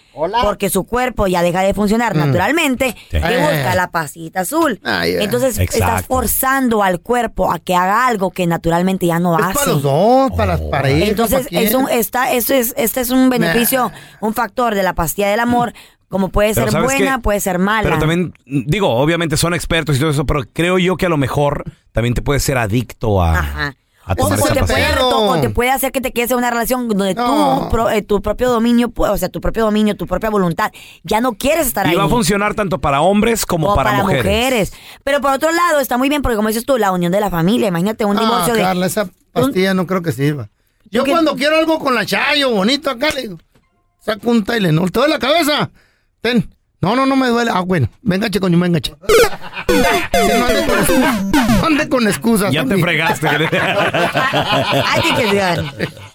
Speaker 4: porque su cuerpo ya deja de funcionar
Speaker 9: Mm.
Speaker 4: naturalmente,
Speaker 9: Sí.
Speaker 4: y
Speaker 9: Eh.
Speaker 4: busca la pastillita azul.
Speaker 9: Ah, ya.
Speaker 4: Entonces estás
Speaker 9: Exacto.
Speaker 4: forzando al cuerpo a que haga algo que naturalmente ya no hace.
Speaker 22: Para los dos, para las parejas.
Speaker 4: Oh. Entonces,
Speaker 22: ¿para
Speaker 4: es
Speaker 22: quién?
Speaker 4: un, está, esto es, este es un beneficio, un factor de la pastilla del amor, como puede
Speaker 1: Pero
Speaker 4: ser
Speaker 1: ¿sabes
Speaker 4: buena,
Speaker 1: qué?
Speaker 4: puede ser mala.
Speaker 1: Pero también, digo, obviamente son expertos y todo eso, pero creo yo que a lo mejor también te puedes ser adicto a,
Speaker 4: Ajá.
Speaker 1: a
Speaker 4: O,
Speaker 1: tomar
Speaker 4: o
Speaker 1: esa
Speaker 4: te puede,
Speaker 1: pastilla.
Speaker 4: to- o te puede hacer que te quedes en una relación donde tú, pro- eh, tu propio dominio, pu- o sea, tu propio dominio, tu propia voluntad, ya no quieres estar
Speaker 1: Y
Speaker 4: ahí.
Speaker 1: va a funcionar tanto para hombres como
Speaker 4: O
Speaker 1: para, mujeres.
Speaker 4: Pero por otro lado, está muy bien porque como dices tú, la unión de la familia, imagínate un
Speaker 22: Ah,
Speaker 4: divorcio de...
Speaker 22: Carla, esa pastilla no creo que sirva. Yo cuando quiero algo con la chayo bonito acá, le digo, saco un Tylenol. ¿Te duele la cabeza? Ten. No, no, no me duele. Ah, bueno. Venga, che, coño, venga, che. Sí, no ande con excusas. No ande con excusas.
Speaker 1: Ya te
Speaker 22: hombre.
Speaker 1: fregaste.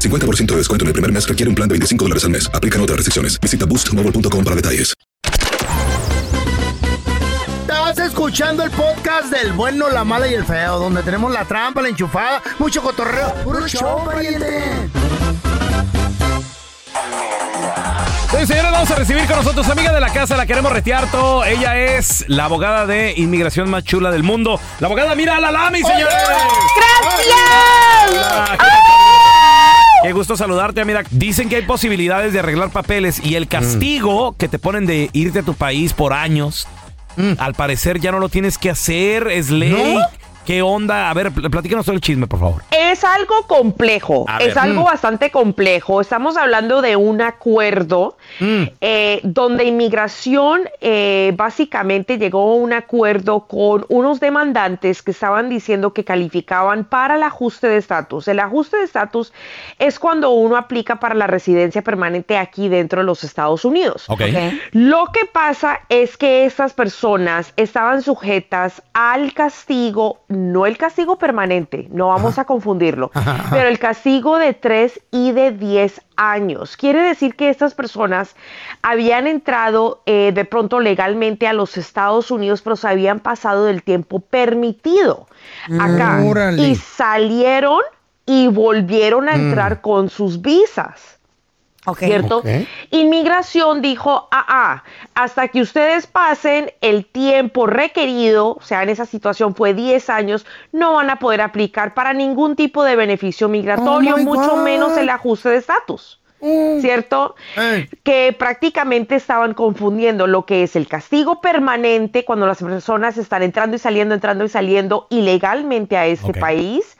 Speaker 19: 50% de descuento en el primer mes requiere un plan de 25 dólares al mes. Aplican otras restricciones. Visita boostmobile.com para detalles.
Speaker 22: Estás escuchando el podcast del bueno, la mala y el feo, donde tenemos la trampa, la enchufada, mucho cotorreo. Puro show, pariente.
Speaker 1: Señores, señores, vamos a recibir con nosotros amiga de la casa, la queremos retear todo. Ella es la abogada de inmigración más chula del mundo. La abogada Mira Lalami, señores.
Speaker 8: ¡Gracias!
Speaker 1: Qué gusto saludarte, mira. Dicen que hay posibilidades de arreglar papeles y el castigo que te ponen de irte a tu país por años, al parecer ya no lo tienes que hacer, es ley. ¿Qué onda? A ver, pl- platícanos todo el chisme, por favor.
Speaker 10: Es algo complejo,
Speaker 1: A
Speaker 10: es
Speaker 1: ver.
Speaker 10: algo
Speaker 1: Mm.
Speaker 10: bastante complejo. Estamos hablando de un acuerdo
Speaker 1: Mm.
Speaker 10: eh, donde inmigración eh, básicamente llegó a un acuerdo con unos demandantes que estaban diciendo que calificaban para el ajuste de estatus. El ajuste de estatus es cuando uno aplica para la residencia permanente aquí dentro de los Estados Unidos.
Speaker 8: Ok. Ok.
Speaker 10: Lo que pasa es que estas personas estaban sujetas al castigo no el castigo permanente, no vamos a confundirlo, pero el castigo de 3 y de 10 años. Quiere decir que estas personas habían entrado eh, de pronto legalmente a los Estados Unidos, pero se habían pasado del tiempo permitido acá
Speaker 2: Órale.
Speaker 10: y salieron y volvieron a entrar con sus visas. ¿Cierto?
Speaker 9: Ok.
Speaker 10: Inmigración dijo, ah, ah, hasta que ustedes pasen el tiempo requerido, o sea, en esa situación fue 10 años, no van a poder aplicar para ningún tipo de beneficio migratorio,
Speaker 11: Oh my
Speaker 10: mucho
Speaker 11: God. Mm.
Speaker 10: menos el ajuste de estatus. ¿Cierto? Que prácticamente estaban confundiendo lo que es el castigo permanente cuando las personas están entrando y saliendo, entrando y saliendo ilegalmente a este país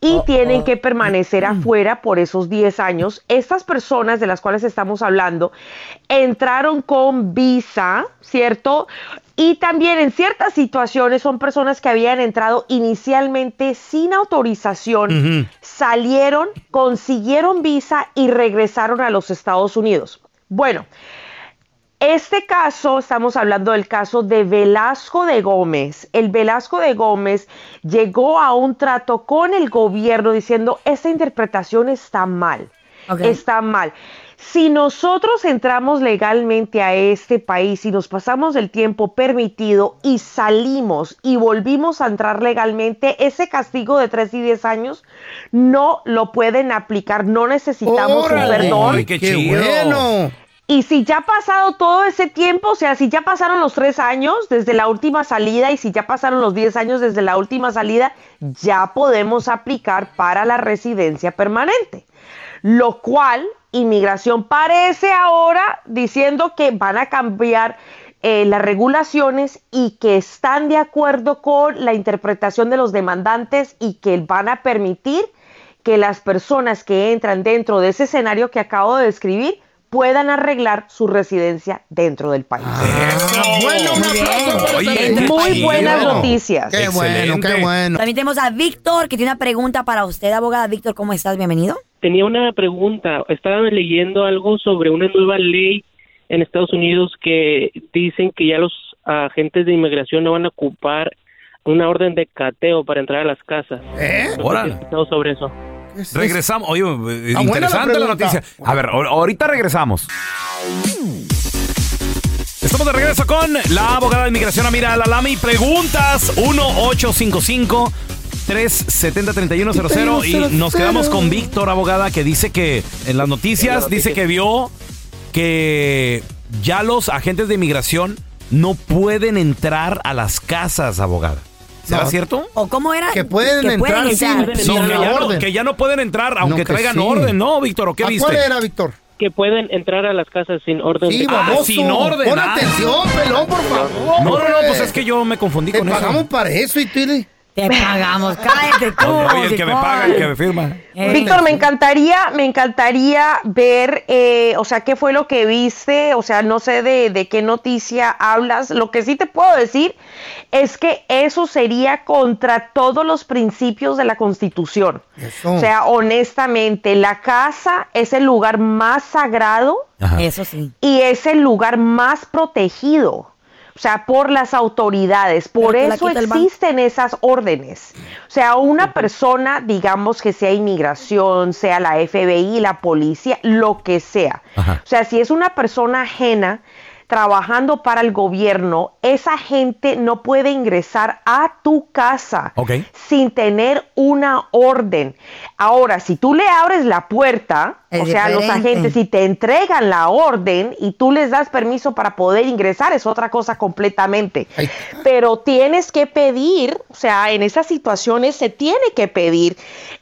Speaker 10: y
Speaker 11: Oh,
Speaker 10: tienen que permanecer
Speaker 11: Mm.
Speaker 10: afuera por esos 10 años. Estas personas de las cuales estamos hablando entraron con visa, ¿cierto? Y también en ciertas situaciones son personas que habían entrado inicialmente sin autorización,
Speaker 13: Ujú.
Speaker 10: salieron, consiguieron visa y regresaron a los Estados Unidos. Bueno, este caso, estamos hablando del caso de Velasco de Gómez. El Velasco de Gómez llegó a un trato con el gobierno diciendo, esta interpretación está mal,
Speaker 9: Ok.
Speaker 10: está mal. Si nosotros entramos legalmente a este país y nos pasamos el tiempo permitido y salimos y volvimos a entrar legalmente, ese castigo de 3 y 10 años no lo pueden aplicar, no necesitamos un
Speaker 1: Órale.
Speaker 10: perdón.
Speaker 1: Ay, qué Qué chido. bueno.
Speaker 10: Y si ya ha pasado todo ese tiempo, o sea, si ya pasaron los tres años desde la última salida y si ya pasaron los 10 años desde la última salida, ya podemos aplicar para la residencia permanente. Lo cual, inmigración parece ahora diciendo que van a cambiar eh, las regulaciones y que están de acuerdo con la interpretación de los demandantes y que van a permitir que las personas que entran dentro de ese escenario que acabo de describir puedan arreglar su residencia dentro del país.
Speaker 2: Ah.
Speaker 22: este
Speaker 4: Entre
Speaker 10: muy
Speaker 4: país.
Speaker 10: buenas noticias.
Speaker 2: Qué bueno, qué bueno.
Speaker 4: También tenemos a Víctor, que tiene una pregunta para usted, abogada. Víctor, ¿cómo estás? Bienvenido.
Speaker 9: Tenía una pregunta. Estaba leyendo algo sobre una nueva ley en Estados Unidos que dicen que ya los agentes de inmigración no van a ocupar una orden de cateo para entrar a las casas. ¿Eh?
Speaker 1: Órale.
Speaker 9: sobre eso.
Speaker 1: Regresamos. Oye, eh,
Speaker 9: buena
Speaker 1: interesante
Speaker 9: la
Speaker 1: la,
Speaker 9: pregunta.
Speaker 1: noticia. A ver, ahor- ahorita regresamos. Estamos de regreso con la abogada de inmigración Amira Alalami. Preguntas 1-855. 370-3100 y nos quedamos con Víctor, abogada, que dice que en las noticias dice que vio que ya los agentes de inmigración no pueden entrar a las casas, abogada. ¿Será
Speaker 4: No.
Speaker 1: cierto?
Speaker 4: ¿O cómo era?
Speaker 22: Que pueden entrar sin-
Speaker 1: No,
Speaker 22: sin
Speaker 1: que,
Speaker 22: la
Speaker 1: ya no,
Speaker 22: orden.
Speaker 1: que ya no pueden entrar aunque
Speaker 22: No, que
Speaker 1: traigan
Speaker 22: sí.
Speaker 1: orden, ¿no, Víctor? ¿O qué
Speaker 22: ¿A
Speaker 1: viste?
Speaker 22: cuál era, Víctor?
Speaker 9: Que pueden entrar a las casas sin orden.
Speaker 22: Sí,
Speaker 9: de-
Speaker 22: baboso.
Speaker 1: sin orden,
Speaker 22: Pon
Speaker 1: ah.
Speaker 22: atención, pelón, por favor.
Speaker 1: No, no, no,
Speaker 22: hombre.
Speaker 1: pues es que yo me confundí
Speaker 22: Te
Speaker 1: con eso.
Speaker 22: pagamos para eso y tú le...
Speaker 4: Te pagamos, cállate tú.
Speaker 1: Oye, el que me paga, el que me firma.
Speaker 17: Eh,
Speaker 10: Víctor, me encantaría, me encantaría ver, eh, o sea, qué fue lo que viste, o sea, no sé de, de qué noticia hablas. Lo que sí te puedo decir es que eso sería contra todos los principios de la Constitución.
Speaker 9: Eso.
Speaker 10: O sea, honestamente, la casa es el lugar más sagrado
Speaker 4: Eso sí.
Speaker 10: y es el lugar más protegido. O sea, por las autoridades. Por
Speaker 4: Pero te la
Speaker 10: eso
Speaker 4: quita el banco.
Speaker 10: existen esas órdenes. O sea, una persona, digamos que sea inmigración, sea la FBI, la policía, lo que sea. O sea, si es una persona ajena trabajando para el gobierno, esa gente no puede ingresar a tu casa sin tener una orden. Ahora, si tú le abres la puerta,
Speaker 9: Es
Speaker 10: o sea, los
Speaker 9: diferente.
Speaker 10: agentes, si te entregan la orden y tú les das permiso para poder ingresar, es otra cosa completamente. Pero tienes que pedir, o sea, en esas situaciones se tiene que pedir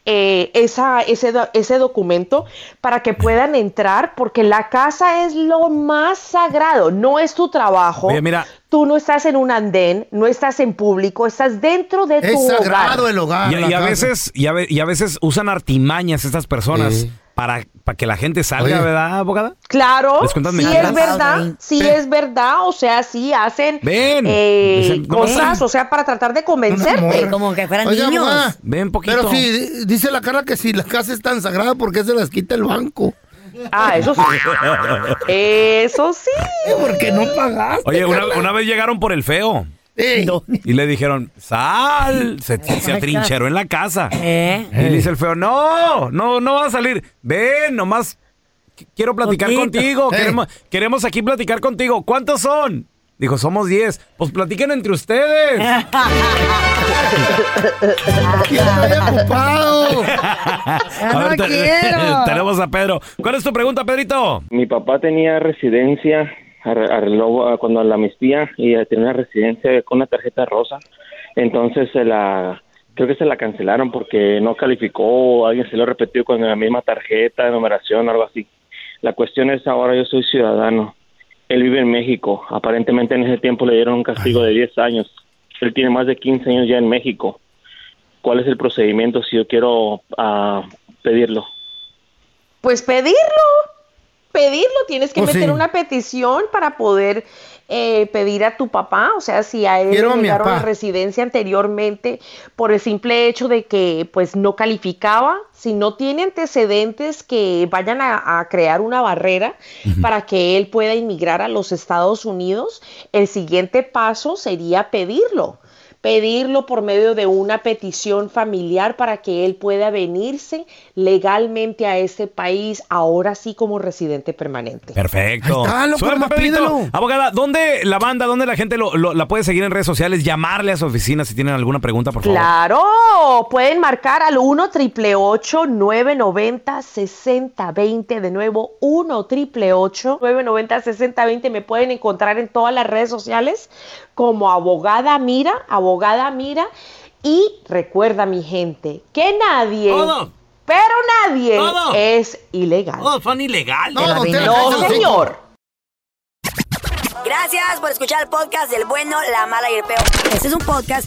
Speaker 10: eh, esa, ese, do- ese documento para que puedan entrar, porque la casa es lo más sagrado, no es tu trabajo.
Speaker 1: Oye, mira.
Speaker 10: Tú no estás en un andén, no estás en público, estás dentro de tu hogar.
Speaker 22: Ah,
Speaker 1: Y, y a veces, y, a, ve- y a veces usan artimañas estas personas para, para que la gente salga,
Speaker 10: Oye.
Speaker 1: ¿verdad, abogada?
Speaker 10: Claro,
Speaker 1: Les cuentan
Speaker 10: sí
Speaker 1: mentiras.
Speaker 10: es verdad, sí es verdad, o sea, sí hacen
Speaker 1: Ven.
Speaker 10: eh,
Speaker 1: Dicen, no,
Speaker 10: cosas,
Speaker 1: ven.
Speaker 10: o sea, para tratar de convencerte. Como que
Speaker 22: Oiga, abogada,
Speaker 1: Ven
Speaker 22: Pero sí, di- dice la cara que si la casa es tan sagrada, ¿por qué se las quita el banco?
Speaker 10: Ah, eso sí. Eso sí.
Speaker 22: Porque no pagaste.
Speaker 2: ¿Eh,
Speaker 1: Oye, una,
Speaker 22: carnal.
Speaker 1: una vez llegaron por el feo. Y le dijeron, sal, se, se atrincheró en la casa.
Speaker 4: ¿Eh?
Speaker 1: Y le dice el feo, no, no, no va a salir. Ven, nomás qu- quiero platicar
Speaker 4: Poquito.
Speaker 1: contigo.
Speaker 4: Eh.
Speaker 1: Queremos, queremos aquí platicar contigo. ¿Cuántos son? Dijo, somos 10. Pues platiquen entre ustedes. A ver,
Speaker 8: Ah, no
Speaker 1: te-
Speaker 8: quiero.
Speaker 1: Tenemos a Pedro. ¿Cuál es tu pregunta, Pedrito?
Speaker 11: Mi papá tenía residencia, ar- arregló ah, cuando la amnistía y eh, tenía una residencia con una tarjeta rosa. Entonces se la creo que se la cancelaron porque no calificó, o alguien se lo repetió con la misma tarjeta, numeración, algo así. La cuestión es ahora yo soy ciudadano. Él vive en México. Aparentemente en ese tiempo le dieron un castigo de 10 años. Él tiene más de 15 años ya en México. ¿Cuál es el procedimiento si yo quiero ah, pedirlo?
Speaker 10: Pues pedirlo, pedirlo, tienes
Speaker 1: Oh,
Speaker 10: que
Speaker 11: Pues
Speaker 10: meter
Speaker 11: sí.
Speaker 10: una petición para poder eh, pedir a tu papá, o sea, si a él
Speaker 13: Quiero a
Speaker 10: le
Speaker 13: mi
Speaker 10: negaron la
Speaker 13: papá.
Speaker 10: residencia anteriormente por el simple hecho de que pues no calificaba, si no tiene antecedentes que vayan a, a crear una barrera para que él pueda inmigrar a los Estados Unidos, el siguiente paso sería pedirlo pedirlo por medio de una petición familiar para que él pueda venirse legalmente a ese país, ahora sí como residente permanente.
Speaker 1: Perfecto.
Speaker 10: Ahí está, loco,
Speaker 1: Suerte,
Speaker 10: nomás
Speaker 1: Pedrito.
Speaker 10: pídelo.
Speaker 1: Abogada, ¿dónde la banda, dónde la gente lo- lo- la puede seguir en redes sociales? Llamarle a su oficina si tienen alguna pregunta, por favor.
Speaker 10: Claro, pueden marcar al 1 triple 990 6020 de nuevo 1 triple 990 6020 me pueden encontrar en todas las redes sociales como abogada Mira, abogada Mira y recuerda mi gente que nadie
Speaker 12: Todo.
Speaker 10: pero nadie
Speaker 12: Todo.
Speaker 10: es ilegal.
Speaker 12: Todos son ilegales.
Speaker 10: No, don Tela, No, cállese el hocico. señor.
Speaker 4: Gracias por escuchar el podcast del bueno, la mala y el peor. Este es un podcast